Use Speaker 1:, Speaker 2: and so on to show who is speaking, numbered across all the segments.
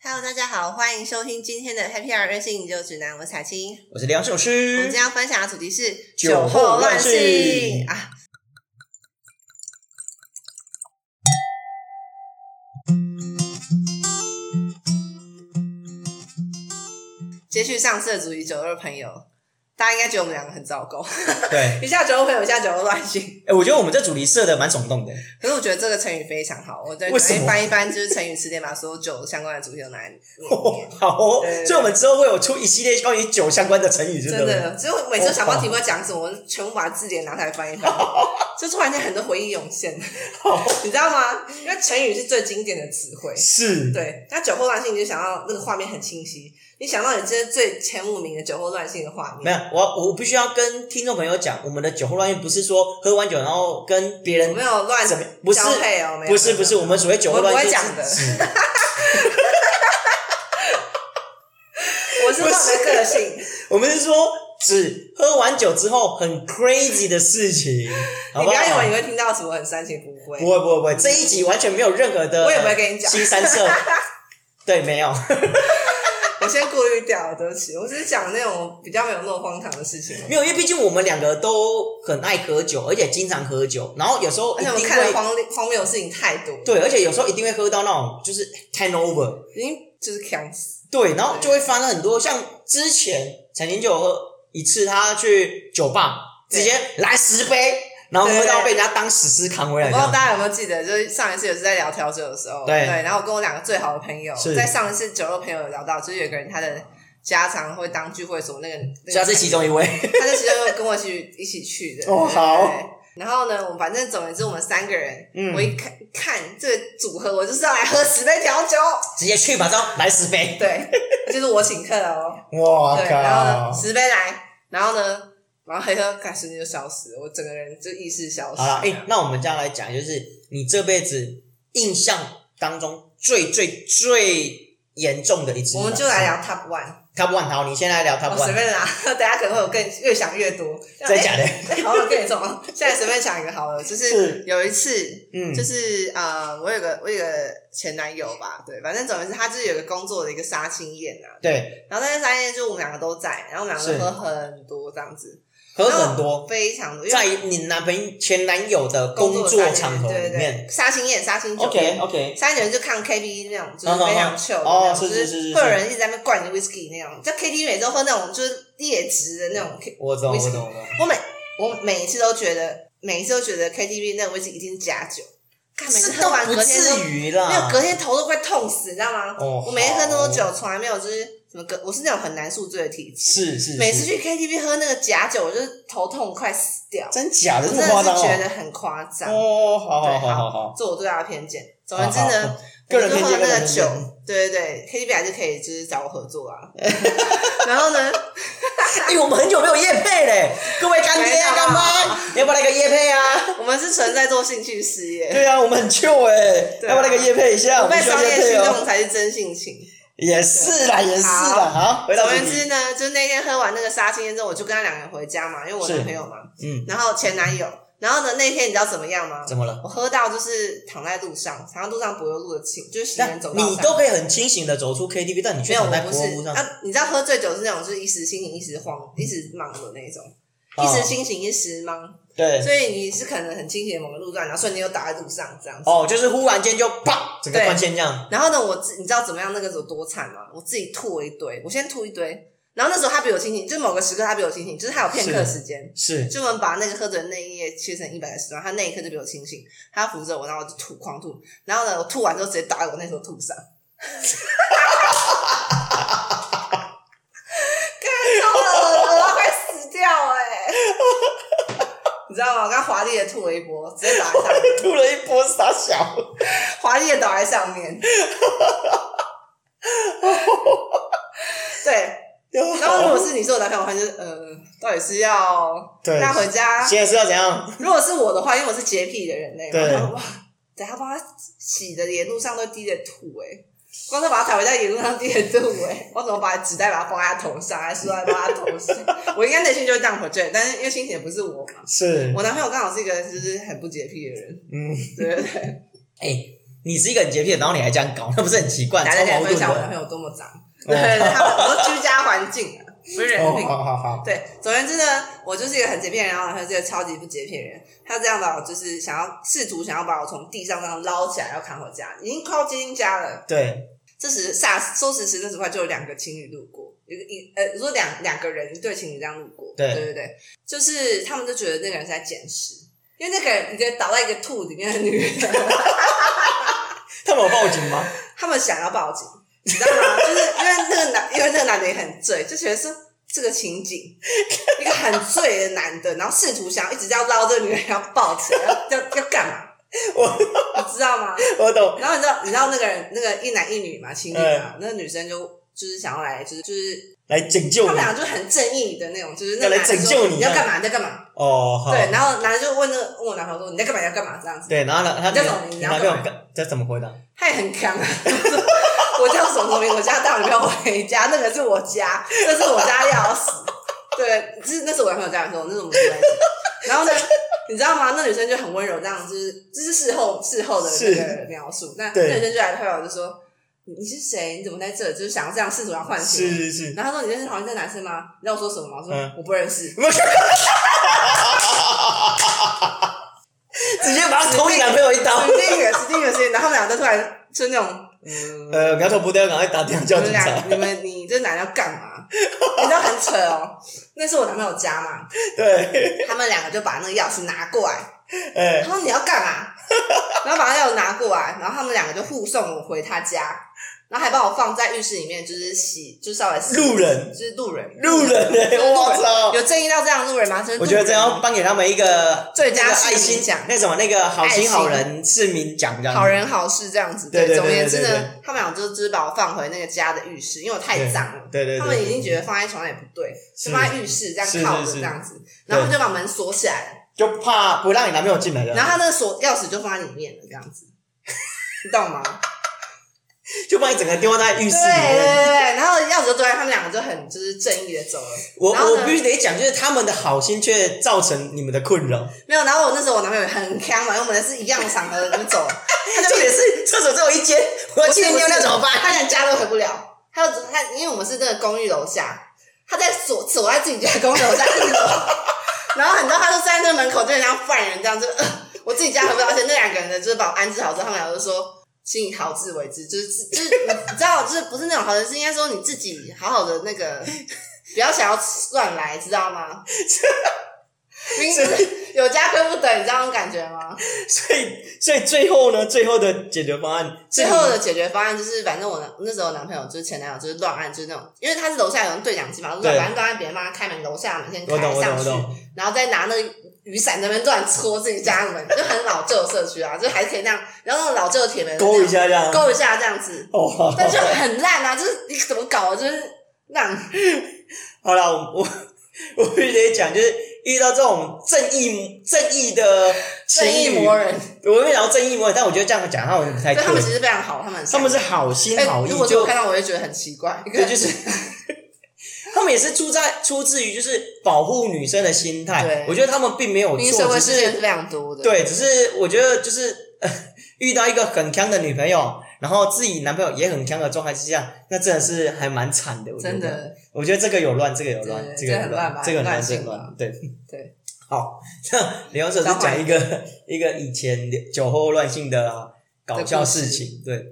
Speaker 1: Hello，大家好，欢迎收听今天的 Happy Hour 任性饮酒指南，我是彩青。
Speaker 2: 我是梁
Speaker 1: 我
Speaker 2: 秀
Speaker 1: 们
Speaker 2: 诗
Speaker 1: 今。天要分享的主题是
Speaker 2: 酒后乱性
Speaker 1: 酒后乱啊。接续上次的主题，酒肉朋友，大家应该觉得我们两个很糟糕，
Speaker 2: 对，哎、
Speaker 1: 一下酒肉朋友，一下酒肉乱性。
Speaker 2: 我觉得我们这主题设的蛮耸动的。
Speaker 1: 可是我觉得这个成语非常好，我在
Speaker 2: 为什么
Speaker 1: 一般一般就是成语词典把所有酒相关的主题都拿来念。
Speaker 2: 好哦
Speaker 1: 对对，对
Speaker 2: 所以我们之后会有出一系列关于酒相关的成语，
Speaker 1: 真
Speaker 2: 真
Speaker 1: 的，只有每次想不到题目要讲什么，我就全部把字典拿出来翻一 翻，就突然间很多回忆涌现，你知道吗？因为成语是最经典的词汇。
Speaker 2: 是，
Speaker 1: 对，那酒后乱性，你就想到那个画面很清晰，你想到你这些最前五名的酒后乱性的画
Speaker 2: 没
Speaker 1: 面。
Speaker 2: 有，我我必须要跟听众朋友讲，我们的酒后乱性不是说喝完酒然后跟别
Speaker 1: 我
Speaker 2: 人
Speaker 1: 没有乱
Speaker 2: 怎么不是
Speaker 1: 交配哦，没有
Speaker 2: 不是不是，我们所谓酒后乱性
Speaker 1: 我不会讲的
Speaker 2: 是
Speaker 1: 我是乱的个性，
Speaker 2: 我们是说指喝完酒之后很 crazy 的事情，好
Speaker 1: 你
Speaker 2: 不
Speaker 1: 不
Speaker 2: 好
Speaker 1: 要？以为你会听到什么很煽情，不会
Speaker 2: 不。会不会不会，这一集完全没有任何的，
Speaker 1: 我也不会跟你讲
Speaker 2: 新三色， 对，没有，
Speaker 1: 我先过滤掉，对不起，我只是讲那种比较没有那么荒唐的事情。
Speaker 2: 没有，因为毕竟我们两个都很爱喝酒，而且经常喝酒，然后有时候
Speaker 1: 而
Speaker 2: 一
Speaker 1: 且
Speaker 2: 定
Speaker 1: 我们看的
Speaker 2: 会
Speaker 1: 荒荒谬的事情太多了，
Speaker 2: 对，而且有时候一定会喝到那种就是 ten over，
Speaker 1: 已经就是呛死。
Speaker 2: 对，然后就会发生很多，像之前曾经就有喝一次，他去酒吧
Speaker 1: 对
Speaker 2: 直接来十杯，然后喝到被人家当史诗扛回来
Speaker 1: 我
Speaker 2: 这
Speaker 1: 不知道
Speaker 2: 样，
Speaker 1: 大家有没有记得，就是上一次也是在聊调酒的时候，
Speaker 2: 对
Speaker 1: 然后我跟我两个最好的朋友，
Speaker 2: 是
Speaker 1: 在上一次酒肉朋友有聊到，就是有一个人他的家常会当聚会所那个，那
Speaker 2: 所以他
Speaker 1: 个
Speaker 2: 是其中一位，
Speaker 1: 他就其实就跟我一起一起去的。
Speaker 2: 哦好
Speaker 1: 对。然后呢，我们反正总而言之，我们三个人，
Speaker 2: 嗯
Speaker 1: 我一看看这个组合，我就是要来喝十杯调酒，
Speaker 2: 直接去吧，这样来十杯，
Speaker 1: 对，就是我请客哦，
Speaker 2: 哇
Speaker 1: 对，然后呢，十杯来，然后呢，然后喝一喝，看瞬间就消失了，我整个人就意识消失。
Speaker 2: 好了，哎、那我们这样来讲，就是你这辈子印象当中最最最严重的一次，
Speaker 1: 我们就来聊 Top One。
Speaker 2: Top One，好，你先来聊 Top
Speaker 1: 我哦随
Speaker 2: One，、
Speaker 1: 便啦， 等下可能会有更越想越多。
Speaker 2: 真的假的？
Speaker 1: 欸 好，我跟你说，现在随便想一个好了，就是
Speaker 2: 是
Speaker 1: 有一次，
Speaker 2: 嗯，
Speaker 1: 就是呃，我有个我有个前男友吧，对，反正总之他就是有个工作的一个杀青宴啊，
Speaker 2: 对，
Speaker 1: 然后那天杀青宴就我们两个都在，然后我们两
Speaker 2: 是
Speaker 1: 个喝很多这样子，
Speaker 2: 喝很多，
Speaker 1: 非常多，因为
Speaker 2: 在你男朋前男友的工
Speaker 1: 的
Speaker 2: 作
Speaker 1: 杀青
Speaker 2: 场合
Speaker 1: 对
Speaker 2: 里
Speaker 1: 对对，
Speaker 2: 面
Speaker 1: 杀青宴、杀青酒
Speaker 2: OK OK，
Speaker 1: 三个人就看 KTV 那种，就
Speaker 2: 嗯
Speaker 1: 是
Speaker 2: 嗯
Speaker 1: 非常
Speaker 2: 嗯
Speaker 1: chill 的
Speaker 2: 哦
Speaker 1: 那种，
Speaker 2: 是
Speaker 1: 就是
Speaker 2: 是是
Speaker 1: 会有人一直在那边灌你 whisky 那种，在 KTV 每次都喝那种就是劣质的那种 K，
Speaker 2: 我懂我
Speaker 1: Whisky
Speaker 2: 懂我懂，
Speaker 1: 我每我每一次都觉得，每一次都觉得 KTV 那个位置一定是假酒，看每次喝完
Speaker 2: 这都
Speaker 1: 隔
Speaker 2: 不
Speaker 1: 天都
Speaker 2: 至于啦，
Speaker 1: 没有，隔天头都快痛死，你知道吗？
Speaker 2: 哦，
Speaker 1: 我每天喝那么多
Speaker 2: 好
Speaker 1: 酒，从来没有就是什么隔，我是那种很难宿醉的体质，
Speaker 2: 是是，
Speaker 1: 每次
Speaker 2: 是
Speaker 1: 去 KTV 喝那个假酒，我就是头痛快死掉，
Speaker 2: 真假
Speaker 1: 我
Speaker 2: 的这
Speaker 1: 真
Speaker 2: 么
Speaker 1: 的
Speaker 2: 夸张
Speaker 1: 是觉
Speaker 2: 哦，
Speaker 1: 得很夸张。
Speaker 2: 哦，好
Speaker 1: 对
Speaker 2: 好好好好，
Speaker 1: 这我对他的偏见。总而言之
Speaker 2: 好
Speaker 1: 呢
Speaker 2: 好，个人
Speaker 1: 我就
Speaker 2: 偏
Speaker 1: 喝那
Speaker 2: 哦见，个人
Speaker 1: 个
Speaker 2: 偏
Speaker 1: 酒
Speaker 2: 见。，
Speaker 1: 对对对，KTV 还是可以，就是找我合作 啊。然后呢，
Speaker 2: 哎、我们很久没有夜配嘞，各位干爹啊、干妈，你要不要来个夜配啊？
Speaker 1: 我们是存在做兴趣事业，
Speaker 2: 对啊，我们很旧哎、
Speaker 1: 对啊
Speaker 2: 要不要来个夜配一下？
Speaker 1: 不
Speaker 2: 哎我们
Speaker 1: 被
Speaker 2: 需要
Speaker 1: 商
Speaker 2: 夜
Speaker 1: 业
Speaker 2: 配
Speaker 1: 驱动
Speaker 2: 哦。
Speaker 1: 才是真性 情。
Speaker 2: 也是啦，也是啦，好，回
Speaker 1: 总
Speaker 2: 到
Speaker 1: 而
Speaker 2: 主
Speaker 1: 言
Speaker 2: 题
Speaker 1: 之，呢，就那天喝完那个杀青宴之后，我就跟他两个人回家嘛，因为我
Speaker 2: 是
Speaker 1: 男朋友嘛，
Speaker 2: 嗯，
Speaker 1: 然后前男友，然后呢那天你知道怎么样吗？
Speaker 2: 怎么了？
Speaker 1: 我喝到就是躺在路上，躺在路上柏油路的情，就是行
Speaker 2: 那
Speaker 1: 人走道上。
Speaker 2: 你都可以很清醒的走出 KTV，但你
Speaker 1: 没
Speaker 2: 却
Speaker 1: 有，
Speaker 2: 躺
Speaker 1: 我
Speaker 2: 在
Speaker 1: 不
Speaker 2: 柏油路
Speaker 1: 是
Speaker 2: 上，
Speaker 1: 啊！你知道喝醉酒是那种，就是一时清醒一时慌，一时忙的那种，
Speaker 2: 哦
Speaker 1: 一时清醒一时忙，
Speaker 2: 对，
Speaker 1: 所以你是可能很清醒的某个路段，然后瞬间又倒在路上这样子。
Speaker 2: 哦，就是忽然间就啪，整个
Speaker 1: 对
Speaker 2: 断线这样，
Speaker 1: 然后呢，我自你知道怎么样那个时候多惨吗？我自己吐了一堆，我先吐一堆，然后那时候他比我清醒，就是某个时刻他比我清醒，就是他有片刻的时间，
Speaker 2: 是
Speaker 1: 就我们把那个喝醉的那一页切成一百个时段，他那一刻就比我清醒，他扶着我，然后我就吐，狂吐，然后呢，我吐完之后直接倒在我那头吐上。 干超恶我要快死掉哎、你知道吗？我刚华丽的吐了一波，直接倒在上面，
Speaker 2: 吐了一波傻小，
Speaker 1: 华丽的倒在上面。对，然后如果是你是我男朋友的话，就是呃，到底是要
Speaker 2: 对
Speaker 1: 带回家？
Speaker 2: 啊现在是要怎样？
Speaker 1: 如果是我的话，因为我是洁癖的人类，
Speaker 2: 对
Speaker 1: 然后哇，等下帮他洗的沿路上都滴着土哎、光是把他抬回家，沿路上滴着土哎、我怎么把纸袋把它放在他头上，还说要把他头上？ 我应该内心就会这样回对，但是因为清醒的不是我嘛，
Speaker 2: 是，
Speaker 1: 我男朋友刚好是一个就是很不洁癖的人，
Speaker 2: 嗯，
Speaker 1: 对对对，
Speaker 2: 哎、你是一个很洁癖的，然后你还这样搞，那不是很奇怪，
Speaker 1: 来
Speaker 2: 啊超
Speaker 1: 来来，
Speaker 2: 矛
Speaker 1: 分
Speaker 2: 盾
Speaker 1: 享我男
Speaker 2: 的。哦
Speaker 1: 朋友多么脏，对，他们很多居家环境啊，不是人
Speaker 2: 哦，
Speaker 1: 品。
Speaker 2: 好好好，
Speaker 1: 对，总而言之呢，我就是一个很洁癖的人，然后他是一个超级不洁癖的人。他这样把我就是想要试图想要把我从地上这样捞起来，要扛回家，已经靠接近家了。
Speaker 2: 对，
Speaker 1: 这时霎收拾时那时快就有两个情侣路过，一个一呃，如果两两个人一对情侣这样路过，
Speaker 2: 对
Speaker 1: 对对对，就是他们就觉得那个人是在捡尸，因为那个人已经倒在一个兔里面的女人，
Speaker 2: 他们有报警吗？
Speaker 1: 他们想要报警， 你知道吗？就是因为那个男，因为那个男的也很醉，就觉得说这个情景，一个很醉的男的，然后试图想要一直要捞这个女人要抱起来，要要要干嘛？ 我 你知道吗？
Speaker 2: 我懂，
Speaker 1: 然后你知道你知道那个人那个一男一女嘛，情侣嘛，
Speaker 2: 嗯
Speaker 1: 那个女生就就是想要来，就是就是
Speaker 2: 来拯救
Speaker 1: 他们
Speaker 2: 你。
Speaker 1: 俩就很正义的那种，就是那
Speaker 2: 要来
Speaker 1: 男的
Speaker 2: 拯
Speaker 1: 说
Speaker 2: 救你
Speaker 1: 你要
Speaker 2: 啊
Speaker 1: 干嘛？你在干嘛？
Speaker 2: 哦，好。
Speaker 1: 对，然后男的就问那个问我男朋友说你在干嘛？你要干嘛？这样子，
Speaker 2: 对，然后呢，他
Speaker 1: 你叫什么名字
Speaker 2: 你
Speaker 1: 然后
Speaker 2: 男朋友
Speaker 1: 干
Speaker 2: 干这怎么回答？
Speaker 1: 他也很强 啊。我叫什么名？我家大女朋友回家，那个是我家，那是我家钥匙。对，是那是我男朋友家的时候，那是我们住在一起。然 后呢，你知道吗？那女生就很温柔，这样就是这是事后事后的那个
Speaker 2: 是
Speaker 1: 描述。那那
Speaker 2: 对
Speaker 1: 女生就来拍我，就说：“你你是谁？你怎么在这？就是想要这样试图要唤醒
Speaker 2: 是
Speaker 1: 我。
Speaker 2: 是是，
Speaker 1: 然后他说：“你认识旁边这男生吗？”你知道我说什么吗？我说：“
Speaker 2: 嗯
Speaker 1: 我不认识。”
Speaker 2: 直接把他啊捅你男朋友一刀。
Speaker 1: 指定远，指定远，指定远。然后他们俩就突然就那种，嗯，
Speaker 2: 呃，苗头不对，赶快打电话
Speaker 1: 你
Speaker 2: 叫
Speaker 1: 们
Speaker 2: 警
Speaker 1: 俩
Speaker 2: 察，。
Speaker 1: 你们你这男的要干嘛？你知道很扯哦。那是我男朋友家嘛，
Speaker 2: 对，
Speaker 1: 他们两个就把那个钥匙拿过来，
Speaker 2: 哎
Speaker 1: 然，后你要干嘛？然后把那钥匙拿过来，然后他们两个就护送我回他家，然后还把我放在浴室里面，就是洗，就稍微洗
Speaker 2: 路人
Speaker 1: 就是路人，
Speaker 2: 路人
Speaker 1: 就是
Speaker 2: 哎，
Speaker 1: 路
Speaker 2: 我操！
Speaker 1: 有正义到这样的路人吗？就是
Speaker 2: 我觉得
Speaker 1: 路
Speaker 2: 这
Speaker 1: 人哦
Speaker 2: 要颁给他们一个
Speaker 1: 最佳
Speaker 2: 那个
Speaker 1: 市
Speaker 2: 爱
Speaker 1: 民
Speaker 2: 心
Speaker 1: 奖
Speaker 2: 那什么那个好
Speaker 1: 爱
Speaker 2: 心
Speaker 1: 心
Speaker 2: 好人市民奖这样子。
Speaker 1: 好人好事这样子。
Speaker 2: 对对
Speaker 1: 总而
Speaker 2: 对
Speaker 1: 言之
Speaker 2: 对对
Speaker 1: 呢，他们俩就只是把我放回那个家的浴室，因为我太
Speaker 2: 对
Speaker 1: 脏了。
Speaker 2: 对对对，
Speaker 1: 他们已经觉得放在床上也不对，就是放在浴室这样
Speaker 2: 是
Speaker 1: 靠着
Speaker 2: 是
Speaker 1: 这
Speaker 2: 是
Speaker 1: 样子，然后他们就把门锁起来了，
Speaker 2: 就怕不让你男朋友进来
Speaker 1: 然后
Speaker 2: 了，
Speaker 1: 他那个锁钥匙就放在里面了，这样子， 你懂吗？
Speaker 2: 就把你整个丢在浴
Speaker 1: 对
Speaker 2: 室
Speaker 1: 对
Speaker 2: 里
Speaker 1: 对
Speaker 2: 面。
Speaker 1: 对，然后钥匙就丢在他们两个就很就是正义的走了，
Speaker 2: 我
Speaker 1: 然后呢
Speaker 2: 我必须得讲，就是他们的好心却造成你们的困扰。
Speaker 1: 没有。然后我那时候我男朋友也很坑嘛，因为我们是一样的场合我们走了，他就
Speaker 2: 重点是厕所只有一间，我要去尿尿怎么办？
Speaker 1: 他连家都回不了，他就他因为我们是那个公寓楼下，他在锁锁在自己家公寓楼下一楼， 然后很多他就站在那门口，就很像犯人这样，就、呃、我自己家回不了，而且那两个人呢，就是把我安置好之后，他们俩就说。请你好自为之，就是就是你你知道，就是不是那种好人，是应该说你自己好好的那个，不要想要乱来，知道吗？ 明明就是有家归不得，你知道那种感觉吗？
Speaker 2: 所以所以最后呢，最后的解决方案，
Speaker 1: 最后的解决方案就是，反正我男那时候男朋友就是前男友就是乱按，就是那种，因为他是楼下有人对讲机嘛，就是
Speaker 2: 对
Speaker 1: 反正乱按别人帮他开门，楼下每天
Speaker 2: 我懂
Speaker 1: 开
Speaker 2: 我懂
Speaker 1: 上
Speaker 2: 我
Speaker 1: 去，
Speaker 2: 懂，
Speaker 1: 然后再拿那个雨伞在那边乱戳自己家门，就很老旧的社区啊，就还可以那样，然后那种老旧的铁门
Speaker 2: 勾一下这样，
Speaker 1: 勾一下这样子，
Speaker 2: 哦，好
Speaker 1: 但就很烂啊，就是你怎么搞，就是让
Speaker 2: 好了，我 我我必须得讲，就是遇到这种正义正义的情
Speaker 1: 正
Speaker 2: 侣
Speaker 1: 义魔，人，
Speaker 2: 我没讲到正义魔人，但我觉得这样讲他有点不太
Speaker 1: 对
Speaker 2: 对
Speaker 1: 他。们其实非常好，他们很
Speaker 2: 他们
Speaker 1: 善
Speaker 2: 是好心
Speaker 1: 良
Speaker 2: 好
Speaker 1: 哎
Speaker 2: 意，
Speaker 1: 如果是我
Speaker 2: 就
Speaker 1: 看到我会觉得很奇怪，
Speaker 2: 对，就是 他们也是出在出自于就是保护女生的心态
Speaker 1: 对。
Speaker 2: 我觉得他们并没有
Speaker 1: 因为社
Speaker 2: 错，
Speaker 1: 会
Speaker 2: 只
Speaker 1: 事件
Speaker 2: 是
Speaker 1: 是非常多的，
Speaker 2: 对，只是我觉得就是、 呃遇到一个很强的女朋友，然后自己男朋友也很强的状态之下，那真的是还蛮惨的。我觉得
Speaker 1: 真的。
Speaker 2: 我觉得这个有乱，这个有乱，
Speaker 1: 对
Speaker 2: 这个
Speaker 1: 这
Speaker 2: 有
Speaker 1: 很
Speaker 2: 乱
Speaker 1: 乱吧，
Speaker 2: 这个有
Speaker 1: 乱
Speaker 2: 这个
Speaker 1: 性
Speaker 2: 有
Speaker 1: 吧
Speaker 2: 乱，对
Speaker 1: 对。
Speaker 2: 好，那李荣哲是讲一个一个以前酒后乱性的搞笑事情，对。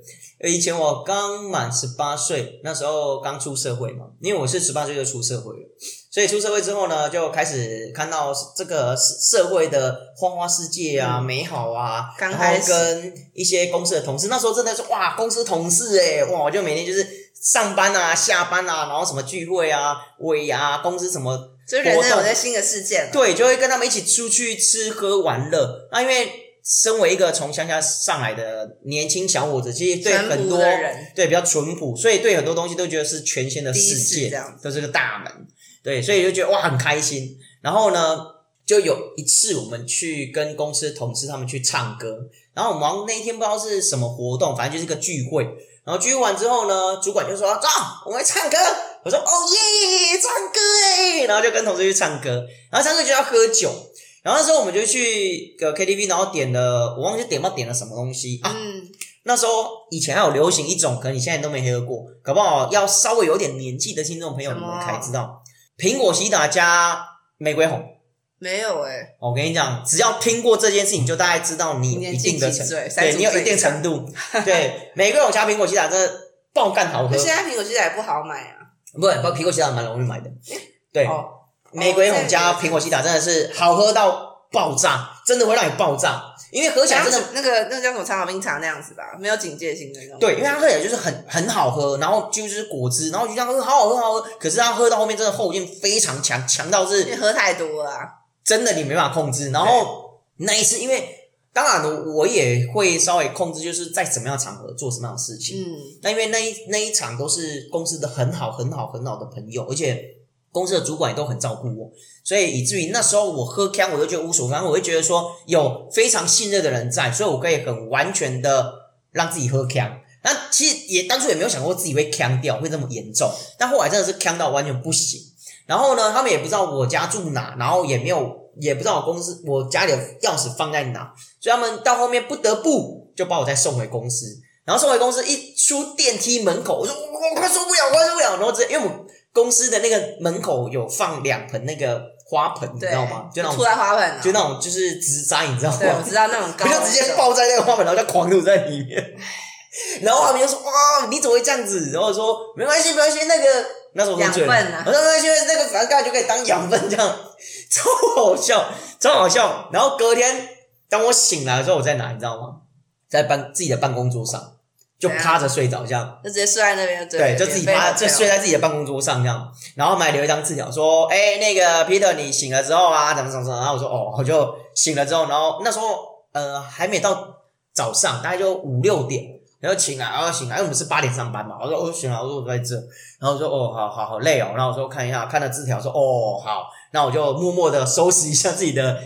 Speaker 2: 以前我刚满十八岁，那时候刚出社会嘛，因为我是十八岁就出社会了，所以出社会之后呢，就开始看到这个社社会的花花世界啊、美好啊，
Speaker 1: 嗯刚
Speaker 2: 然
Speaker 1: 开
Speaker 2: 后
Speaker 1: 始
Speaker 2: 跟一些公司的同事，那时候真的是哇，公司同事哎、哇，我就每天就是上班啊、下班啊，然后什么聚会啊、尾牙、啊、公司什么
Speaker 1: 就是人生
Speaker 2: 活
Speaker 1: 有
Speaker 2: 动
Speaker 1: 在新的事件了，
Speaker 2: 对，就会跟他们一起出去吃喝玩乐。那因为身为一个从乡下上来的年轻小伙子，其实对
Speaker 1: 淳朴
Speaker 2: 很多啊
Speaker 1: 的人
Speaker 2: 对比较淳朴，所以对很多东西都觉得是全新的
Speaker 1: 第一
Speaker 2: 世
Speaker 1: 次
Speaker 2: 界，
Speaker 1: 这样
Speaker 2: 都是个大门。对，所以就觉得哇很开心。然后呢，就有一次我们去跟公司同事他们去唱歌，然后我们好像那一天不知道是什么活动，反正就是个聚会。然后聚会完之后呢，主管就说：“走，我们去唱歌。”我欸说：“哦耶，唱歌哎！”然后就跟同事去唱歌，然后唱歌就要喝酒。然后那时候我们就去个 KTV，然后点了，我忘记点不知道点了什么东西啊。
Speaker 1: 嗯，
Speaker 2: 那时候以前还有流行一种，可能你现在都没喝过，搞不好要稍微有点年纪的听众朋友
Speaker 1: 什
Speaker 2: 你
Speaker 1: 么
Speaker 2: 们才知道，苹果西打加玫瑰红。
Speaker 1: 没有哎，
Speaker 2: 我跟你讲，只要听过这件事情，就大概知道你有
Speaker 1: 年
Speaker 2: 一
Speaker 1: 纪
Speaker 2: 定的
Speaker 1: 几
Speaker 2: 程，
Speaker 1: 岁三
Speaker 2: 对
Speaker 1: 十
Speaker 2: 你有
Speaker 1: 岁
Speaker 2: 一定
Speaker 1: 以上
Speaker 2: 程度。对，玫瑰红加苹果西打真的爆干好喝
Speaker 1: 那，现在苹果西打也不好买啊。
Speaker 2: 不不，苹果西打蛮容易买的。对，
Speaker 1: 哦，
Speaker 2: 玫瑰红
Speaker 1: 哦
Speaker 2: 加
Speaker 1: 这样子
Speaker 2: 苹果西打真的是好喝到爆炸，真的会让你爆炸，因为喝起来
Speaker 1: 像
Speaker 2: 真
Speaker 1: 是
Speaker 2: 的
Speaker 1: 那个那个叫什么长岛冰茶那样子吧，没有警戒心的那种。
Speaker 2: 对，因为它喝起来就是很很好喝，然后就是果汁，然后就这样喝，好好喝，好好喝。可是它喝到后面真的后劲非常强，强到
Speaker 1: 因为
Speaker 2: 是
Speaker 1: 喝太多了啊。
Speaker 2: 真的你没办法控制。然后那一次，因为当然我也会稍微控制，就是在什么样的场合做什么样的事情。
Speaker 1: 嗯，
Speaker 2: 那因为那一那一场都是公司的很好很好很好的朋友，而且公司的主管也都很照顾我，所以以至于那时候我喝康，我就觉得无所谓，反正我会觉得说有非常信任的人在，所以我可以很完全的让自己喝康。那其实也当初也没有想过自己会康掉，会这么严重，但后来真的是康到完全不行。然后呢，他们也不知道我家住哪，然后也没有也不知道我公司我家里的钥匙放在哪，所以他们到后面不得不就把我再送回公司。然后送回公司一出电梯门口，我说我我快受不了，我快受不了。然后直接因为我们公司的那个门口有放两盆那个花盆，你
Speaker 1: 对，
Speaker 2: 知道吗？就那
Speaker 1: 吐
Speaker 2: 种
Speaker 1: 在花盆啊
Speaker 2: 就。那种就是植栽，你知道
Speaker 1: 对，我
Speaker 2: 吗？
Speaker 1: 知道那种高
Speaker 2: 我就直接抱在那个花盆，然后就狂吐在里面。然后他们就说：“哇，你怎么会这样子？”然后我说：“没关系，没关系，那个那时候我喝醉了
Speaker 1: 养分啊
Speaker 2: 我说没关系，那个反正刚才就可以当养分，这样 超好笑，超好笑。”然后隔天当我醒来的时候，我在哪？你知道吗？在办自己的办公桌上，就
Speaker 1: 怎样
Speaker 2: 趴着睡着这样。
Speaker 1: 就直接睡在那边，
Speaker 2: 对，就自己趴，就睡
Speaker 1: 在。
Speaker 2: 在自己的办公桌上这样，然后我们还留一张字条说，哎、那个 Peter 你醒了之后啊，怎么怎么怎么，然后我说哦，我就醒了之后，然后那时候呃还没到早上，大概就五六点，然后醒来，然后醒来，因为我们是八点上班嘛，我说哦醒来，我说我在这，然后我说哦好好好累哦，然后我说看一下看了字条说哦好，那我就默默的收拾一下自己的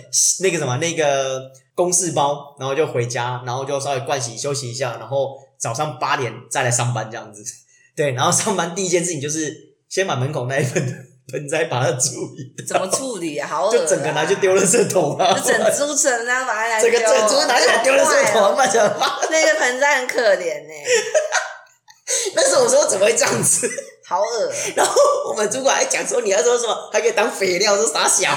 Speaker 2: 那个什么那个公事包，然后就回家，然后就稍微盥洗休息一下，然后早上八点再来上班这样子。 对，然后上班第一件事情就是先把门口那一份盆栽把它处理掉，
Speaker 1: 怎么处理啊？好恶啊
Speaker 2: 就整个拿去丢，垃圾桶啊，
Speaker 1: 就整株整张把它拿去
Speaker 2: 整个
Speaker 1: 丢
Speaker 2: 整株拿起来丢垃圾桶
Speaker 1: 好
Speaker 2: 啊，
Speaker 1: 坏
Speaker 2: 慢
Speaker 1: 哦
Speaker 2: 想妈，
Speaker 1: 那个盆栽很可怜欸呢，
Speaker 2: 那时候我说怎么会这样子？
Speaker 1: 好恶。
Speaker 2: 然后我们主管还讲说你要说什么还可以当肥料，说傻小。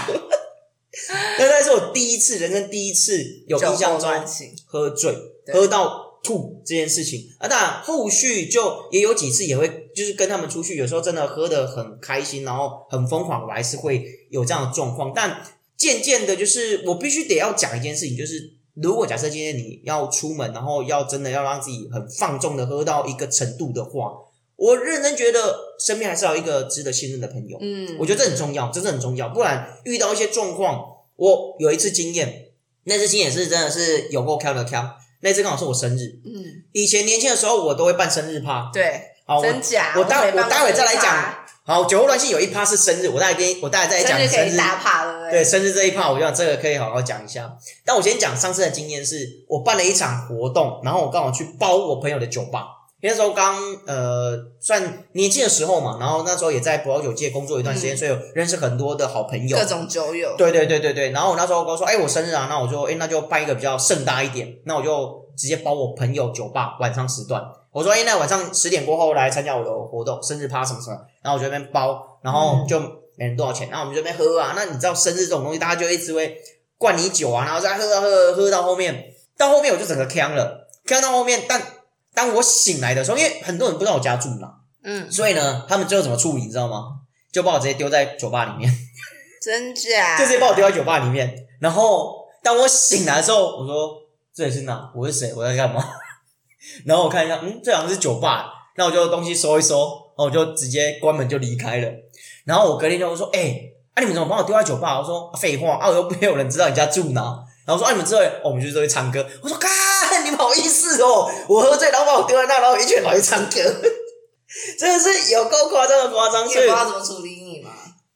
Speaker 2: 那那是我第一次，人生第一次有印象中
Speaker 1: 乱性，
Speaker 2: 喝醉，
Speaker 1: 对
Speaker 2: 喝到吐这件事情啊。当然，后续就也有几次也会，就是跟他们出去，有时候真的喝得很开心，然后很疯狂，我还是会有这样的状况。但渐渐的，就是我必须得要讲一件事情，就是如果假设今天你要出门，然后要真的要让自己很放纵的喝到一个程度的话，我认真觉得身边还是要有一个值得信任的朋友。
Speaker 1: 嗯，
Speaker 2: 我觉得这很重要，真的很重要。不然遇到一些状况，我有一次经验，那次经验是真的是有够 c 的 c 那次刚好是我生日，
Speaker 1: 嗯，
Speaker 2: 以前年轻的时候我都会办生日趴。
Speaker 1: 对，
Speaker 2: 好，我
Speaker 1: 真假？
Speaker 2: 我待
Speaker 1: 没办法
Speaker 2: 我待会再来
Speaker 1: 怕
Speaker 2: 讲。好，酒后乱性有一趴是生日，我待会跟你我待会再来
Speaker 1: 生
Speaker 2: 讲
Speaker 1: 日可
Speaker 2: 生
Speaker 1: 以
Speaker 2: 日。
Speaker 1: 打趴，对不
Speaker 2: 对？生日这一趴，我想这个可以好好讲一下。但我先讲上次的经验是，我办了一场活动，然后我刚好去包我朋友的酒吧。那时候刚呃算年轻的时候嘛，然后那时候也在葡萄酒界工作一段时间，
Speaker 1: 嗯
Speaker 2: 所以有认识很多的好朋友
Speaker 1: 各。种酒友，
Speaker 2: 对对对对对，然后我那时候跟我说，哎、我生日啊，那我就哎、那就办一个比较盛大一点，那我就直接包我朋友酒吧晚上时段，我说哎、那晚上十点过后来参加我的活动，生日趴什么什么，然后我就在那边包，然后就每人多少钱，然后我们就在那边喝啊，那你知道生日这种东西，大家就一直会灌你酒啊，然后再喝啊喝啊喝到后面，到后面我就整个呛了，呛到后面，但当我醒来的时候，因为很多人不知道我家住哪，
Speaker 1: 嗯，
Speaker 2: 所以呢，他们最后怎么处理你知道吗？就把我直接丢在酒吧里面。
Speaker 1: 真假？
Speaker 2: 就直接把我丢在酒吧里面。然后当我醒来的时候，我说这里是哪？我是谁？我在干嘛？ 然后我看一下，嗯，这好像是酒吧。那我就东西收一收，然后我就直接关门就离开了。然后我隔天就说：“哎、啊你们怎么把我丢在酒吧？”我说：“啊废话，啊我又没有人知道你家住哪。”然后说：“啊你们这会、哦，我们就是会唱歌。”我说：“看你们好意思哦，我喝醉，然后把我丢在那，然后我一群人跑去唱歌， 真的是有够夸张的夸张。”
Speaker 1: 你
Speaker 2: 所
Speaker 1: 也不
Speaker 2: 以
Speaker 1: 知道怎么处理你嘛。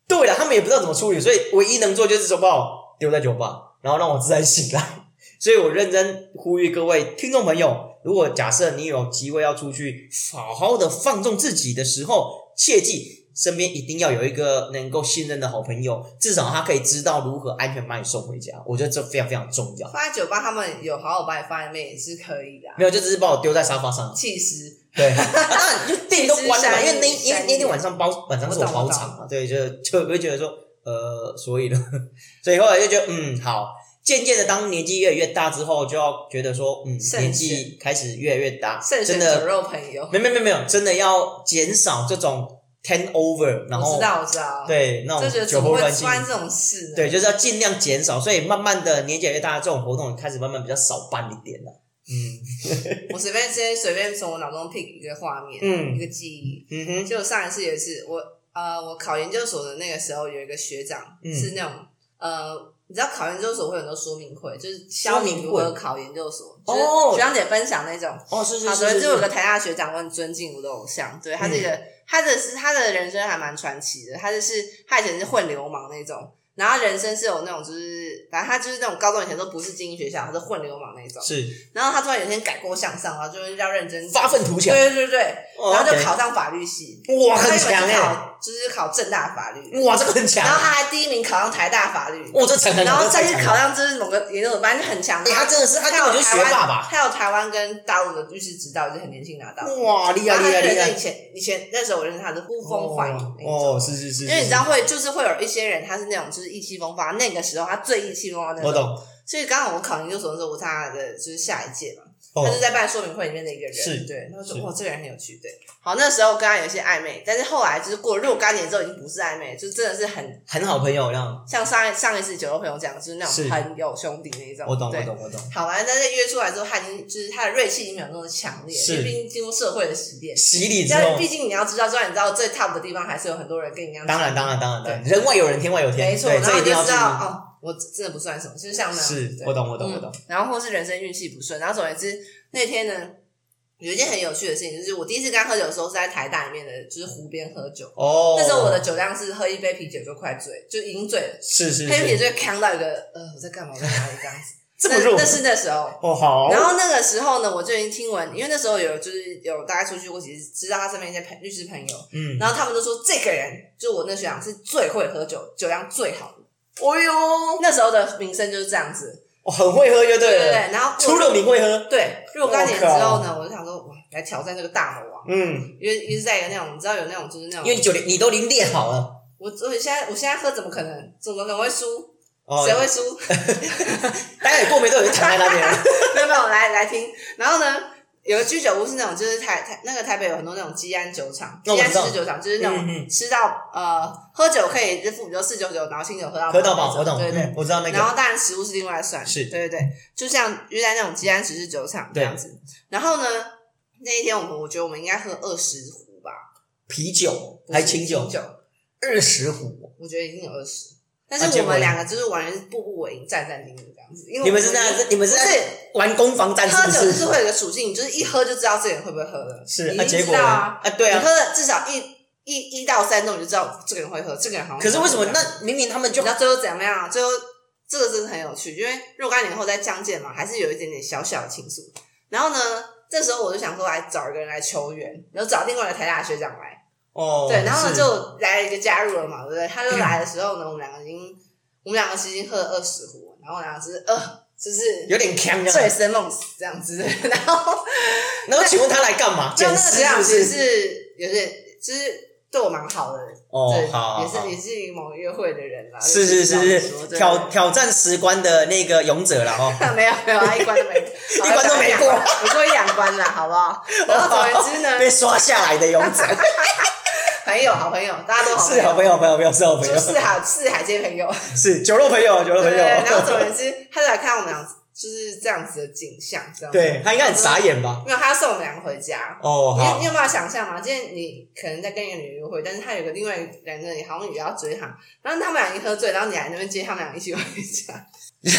Speaker 2: 对了，他们也不知道怎么处理，所以唯一能做就是说把我丢在酒吧，然后让我自然醒来。 所以我认真呼吁各位听众朋友，如果假设你有机会要出去好好的放纵自己的时候，切记身边一定要有一个能够信任的好朋友，至少他可以知道如何安全把你送回家。我觉得这非常非常重要。
Speaker 1: 放在酒吧，他们有好好把你放在那边也是可以的、啊。
Speaker 2: 没有，就只是把我丢在沙发上。
Speaker 1: 气死！
Speaker 2: 对，啊当然你就店都关了嘛，因为那因为那
Speaker 1: 其实
Speaker 2: 天晚上包晚上是
Speaker 1: 我
Speaker 2: 我
Speaker 1: 懂
Speaker 2: 包场嘛，对，就就会觉得说，呃，所以呢， 所以后来就觉得，嗯，好，渐渐的，当年纪越来越大之后，就要觉得说，嗯，
Speaker 1: 慎选
Speaker 2: 年纪开始越来越大，
Speaker 1: 慎选
Speaker 2: 真
Speaker 1: 酒
Speaker 2: 的，
Speaker 1: 肉朋友。
Speaker 2: 没没没没有，真的要减少这种 ten over，然
Speaker 1: 我
Speaker 2: 后
Speaker 1: 知道，我知道。，
Speaker 2: 对那
Speaker 1: 就觉得怎
Speaker 2: 种酒
Speaker 1: 么
Speaker 2: 后
Speaker 1: 会
Speaker 2: 乱性
Speaker 1: 发，生这种事呢？
Speaker 2: 对，就是要尽量减少，所以慢慢的年纪越来越大，这种活动开始慢慢比较少办一点了，嗯
Speaker 1: 我随便先随便从我脑中 pick 一个画面，
Speaker 2: 嗯
Speaker 1: 一个记忆。
Speaker 2: 嗯哼，
Speaker 1: 就上一次也是我呃，我考研究所的那个时候，有一个学长、
Speaker 2: 嗯
Speaker 1: 是那种呃，你知道考研究所会有很多说明会，就是
Speaker 2: 说
Speaker 1: 教
Speaker 2: 明
Speaker 1: 你
Speaker 2: 会
Speaker 1: 如何考研究所，就
Speaker 2: 哦
Speaker 1: 是学长姐分享那种。
Speaker 2: 哦是是
Speaker 1: 好
Speaker 2: 是
Speaker 1: 的，
Speaker 2: 是嗯
Speaker 1: 就有个
Speaker 2: 是，
Speaker 1: 台大学长，我很尊敬我的偶像，对他这个、他的是他的人生还蛮传奇的，他就是他以前是混流氓那种，然后人生是有那种就是反正他就是那种高中以前都不是精英学校，他是混流氓那种，
Speaker 2: 是
Speaker 1: 然后他突然有一天改过向上，然后就是要认真
Speaker 2: 发愤图强，
Speaker 1: 对对对对，
Speaker 2: 哦
Speaker 1: 然后就
Speaker 2: OK
Speaker 1: 考上法律系，
Speaker 2: 哇，
Speaker 1: 他
Speaker 2: 很
Speaker 1: 原本
Speaker 2: 强
Speaker 1: 是
Speaker 2: 哎、
Speaker 1: 考就是考正大法律，
Speaker 2: 哇，这个很强
Speaker 1: 然后他还第一名考上台大法律，
Speaker 2: 哇，这强很
Speaker 1: 然
Speaker 2: 强，
Speaker 1: 后
Speaker 2: 这
Speaker 1: 再
Speaker 2: 太
Speaker 1: 去
Speaker 2: 强
Speaker 1: 考
Speaker 2: 了。
Speaker 1: 上就是某个研究所，反正就很强，
Speaker 2: 哎，他真的是，他根
Speaker 1: 有
Speaker 2: 本就是
Speaker 1: 台
Speaker 2: 学
Speaker 1: 湾，
Speaker 2: 霸吧？
Speaker 1: 还有台湾跟大陆的律师执照，也是很年轻拿到的。
Speaker 2: 哇，厉害
Speaker 1: 然后
Speaker 2: 厉
Speaker 1: 他
Speaker 2: 害
Speaker 1: 人
Speaker 2: 厉
Speaker 1: 是以
Speaker 2: 害！
Speaker 1: 前以前那时候我认识他是呼风唤雨那
Speaker 2: 哦，
Speaker 1: 种，
Speaker 2: 哦是是是，
Speaker 1: 因为你知
Speaker 2: 是，
Speaker 1: 道会就是会有一些人他是那种就是意气风发，那个时候他最意气风发那
Speaker 2: 我
Speaker 1: 种。
Speaker 2: 懂。
Speaker 1: 所以刚好我考研究所的时候，我是他的就是下一届嘛，他就
Speaker 2: 哦，
Speaker 1: 在办说明会里面的一个人，
Speaker 2: 是
Speaker 1: 对，他说
Speaker 2: 是
Speaker 1: 哇这个人很有趣，对。好，那时候跟他有一些暧昧，但是后来就是过了若干年之后已经不是暧昧，就真的是很
Speaker 2: 很好朋友，这样
Speaker 1: 像上一上一次酒肉朋友讲，就是那
Speaker 2: 是
Speaker 1: 种很有兄弟那种，
Speaker 2: 我懂
Speaker 1: 对
Speaker 2: 我懂我懂。
Speaker 1: 好玩，但是约出来之后，他已经就是他的锐气已经没有那么强烈，
Speaker 2: 是
Speaker 1: 因为毕竟进入社会的洗练。
Speaker 2: 洗礼之
Speaker 1: 但是
Speaker 2: 后
Speaker 1: 毕，竟你要知道，虽然你知道最 top 的地方，还是有很多人跟你一样。
Speaker 2: 当然当然当然当然，
Speaker 1: 对
Speaker 2: 人外有人，天外有天，
Speaker 1: 没错，
Speaker 2: 对，
Speaker 1: 然
Speaker 2: 这
Speaker 1: 后
Speaker 2: 一
Speaker 1: 你就
Speaker 2: 定要
Speaker 1: 知道
Speaker 2: 注
Speaker 1: 哦，我真的不算什么，就是像那样。
Speaker 2: 意。是
Speaker 1: 对
Speaker 2: 我懂我懂
Speaker 1: 嗯
Speaker 2: 我懂。
Speaker 1: 然后或是人生运气不顺，然后总而言之，那天呢有一件很有趣的事情，就是我第一次跟他喝酒的时候是在台大里面的，就是湖边喝酒。
Speaker 2: 哦，
Speaker 1: 那时候我的酒量是喝一杯啤酒就快醉，就已经醉了，
Speaker 2: 是是
Speaker 1: 喝一杯啤
Speaker 2: 是
Speaker 1: 酒就扛到一个呃我在干嘛，我在哪里这样子。
Speaker 2: 这么弱
Speaker 1: 那那是那时候，
Speaker 2: 哦，好
Speaker 1: 然后那个时候呢，我就已经听闻，因为那时候有就是有大家出去过几次，知道他身边一些朋律师朋友，
Speaker 2: 嗯，
Speaker 1: 然后他们都说这个人就是我那学长是最会喝酒，酒量最好的。哦哟，那时候的名声就是这样子，
Speaker 2: 哦很会喝就
Speaker 1: 对
Speaker 2: 对
Speaker 1: 对
Speaker 2: 了，
Speaker 1: 对。然后
Speaker 2: 出了名会喝，
Speaker 1: 对若干年之
Speaker 2: 我靠
Speaker 1: 后呢，我就想说哇，来挑战这个大魔王，
Speaker 2: 嗯，
Speaker 1: 因为一直在有那种你知道有那种就是那
Speaker 2: 因为
Speaker 1: 种，
Speaker 2: 你酒你都已经练好了
Speaker 1: 我我现在我现在喝怎么可能怎么可能会输？
Speaker 2: 哦
Speaker 1: 谁，会输？
Speaker 2: 大家也过没多久就躺在那边了，
Speaker 1: 没有没有，来来听。然后呢，有个居酒屋是那种，就是台台那个台北有很多那种基安酒厂，
Speaker 2: 哦那我
Speaker 1: 基安
Speaker 2: 知道
Speaker 1: 式酒厂就是那
Speaker 2: 嗯
Speaker 1: 种
Speaker 2: 嗯
Speaker 1: 吃到呃喝酒可以日付，比如四九九，然后清酒喝到
Speaker 2: 喝到
Speaker 1: 饱那
Speaker 2: 饱，
Speaker 1: 种
Speaker 2: 我懂，
Speaker 1: 对对
Speaker 2: 嗯。我知道那
Speaker 1: 然
Speaker 2: 个
Speaker 1: 后当然食物是另外算，
Speaker 2: 是
Speaker 1: 对对对，就像约在那种基安式酒厂这
Speaker 2: 对
Speaker 1: 样子。然后呢，那一天我们我觉得我们应该喝二十壶吧，
Speaker 2: 啤酒
Speaker 1: 不是
Speaker 2: 还清酒，
Speaker 1: 酒，
Speaker 2: 二十壶，
Speaker 1: 我觉得已经有二十。但
Speaker 2: 啊
Speaker 1: 是
Speaker 2: 结
Speaker 1: 我
Speaker 2: 果呢
Speaker 1: 们两个就是完全是步步为营，战战兢兢这样子。因为
Speaker 2: 你们
Speaker 1: 我
Speaker 2: 是那样子，你们是
Speaker 1: 不是
Speaker 2: 在玩攻防战是
Speaker 1: 喝
Speaker 2: 不？
Speaker 1: 酒就是是会有一个处境，你就是一喝就知道这个人会不会喝了，
Speaker 2: 是
Speaker 1: 你
Speaker 2: 啊，
Speaker 1: 已经
Speaker 2: 结
Speaker 1: 知
Speaker 2: 果呢
Speaker 1: 道啊，
Speaker 2: 啊，对
Speaker 1: 你
Speaker 2: 啊。
Speaker 1: 喝了至少一一一到三种，你就知道这个人会喝，这个人好像
Speaker 2: 可是为什么
Speaker 1: 不会喝
Speaker 2: 那明明他们
Speaker 1: 你
Speaker 2: 就
Speaker 1: 知道最后怎么样啊？最后这个真的很有趣，因为若干年后再相见嘛，还是有一点点小小的情愫。然后呢，这时候我就想说来找一个人来求援，然后找另外一个台大学长来，
Speaker 2: 哦
Speaker 1: 对，然后呢
Speaker 2: 是
Speaker 1: 就来了一个加入了嘛，对不对？他就来的时候呢，我们两个已经我们两个已经喝了二十壶，然后两个是呃，就是
Speaker 2: 有点呛这
Speaker 1: 醉
Speaker 2: 样。
Speaker 1: 生梦死这样子， 然后。
Speaker 2: 然后请问他来干嘛？
Speaker 1: 就那
Speaker 2: 捡
Speaker 1: 个
Speaker 2: 尸
Speaker 1: 学长
Speaker 2: 不
Speaker 1: 其实
Speaker 2: 是？
Speaker 1: 是有点，就是对我蛮好的，
Speaker 2: 哦
Speaker 1: 对，
Speaker 2: 好，好好
Speaker 1: 也是也是某约会的人啦，
Speaker 2: 是
Speaker 1: 就是是
Speaker 2: 是
Speaker 1: 这样
Speaker 2: 是
Speaker 1: 说
Speaker 2: 挑。挑战十关的那个勇者了 哦。
Speaker 1: 对没有没有，他一关都 没，一
Speaker 2: 关都没 过，
Speaker 1: 我过一两关了，好不好？然后总而言之 呢，
Speaker 2: 被刷下来的勇者
Speaker 1: 朋友好朋友，大家都好
Speaker 2: 是好朋友，朋友朋友是好朋
Speaker 1: 就
Speaker 2: 友，
Speaker 1: 是海是海街朋友，
Speaker 2: 是酒肉朋友，酒肉朋
Speaker 1: 对。然后总而
Speaker 2: 友。
Speaker 1: 言之，他就来看我们俩就是这样子的景象，这样子。
Speaker 2: 对他应该很傻眼吧？
Speaker 1: 没有，他要送我们两个回家，
Speaker 2: 哦，
Speaker 1: 你有
Speaker 2: 好
Speaker 1: 你，有办法想象吗？今天你可能在跟一个女人约会，但是她有个另外一个男的，你好像也要追她，然后他们俩一喝醉，然后你来那边接他们俩一起回家，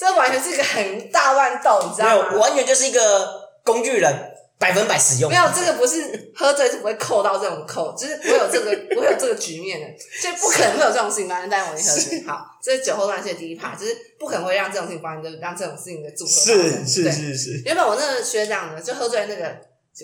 Speaker 1: 这完全是一个很大乱斗，你知
Speaker 2: 没
Speaker 1: 道
Speaker 2: 有，
Speaker 1: 吗？
Speaker 2: 完全就是一个工具人，百分百使用。
Speaker 1: 没有，这个不是喝醉是不会扣到这种扣，就是不会有这个不会有这个局面的，所以不可能会有这种事情发生。但我一喝醉，好，这是酒后乱性的第一趴，就是不可能会让这种事情发生，就是让这种事情的组合发生
Speaker 2: 是是
Speaker 1: 对
Speaker 2: 是是，
Speaker 1: 原本我那个学长呢，就喝醉那个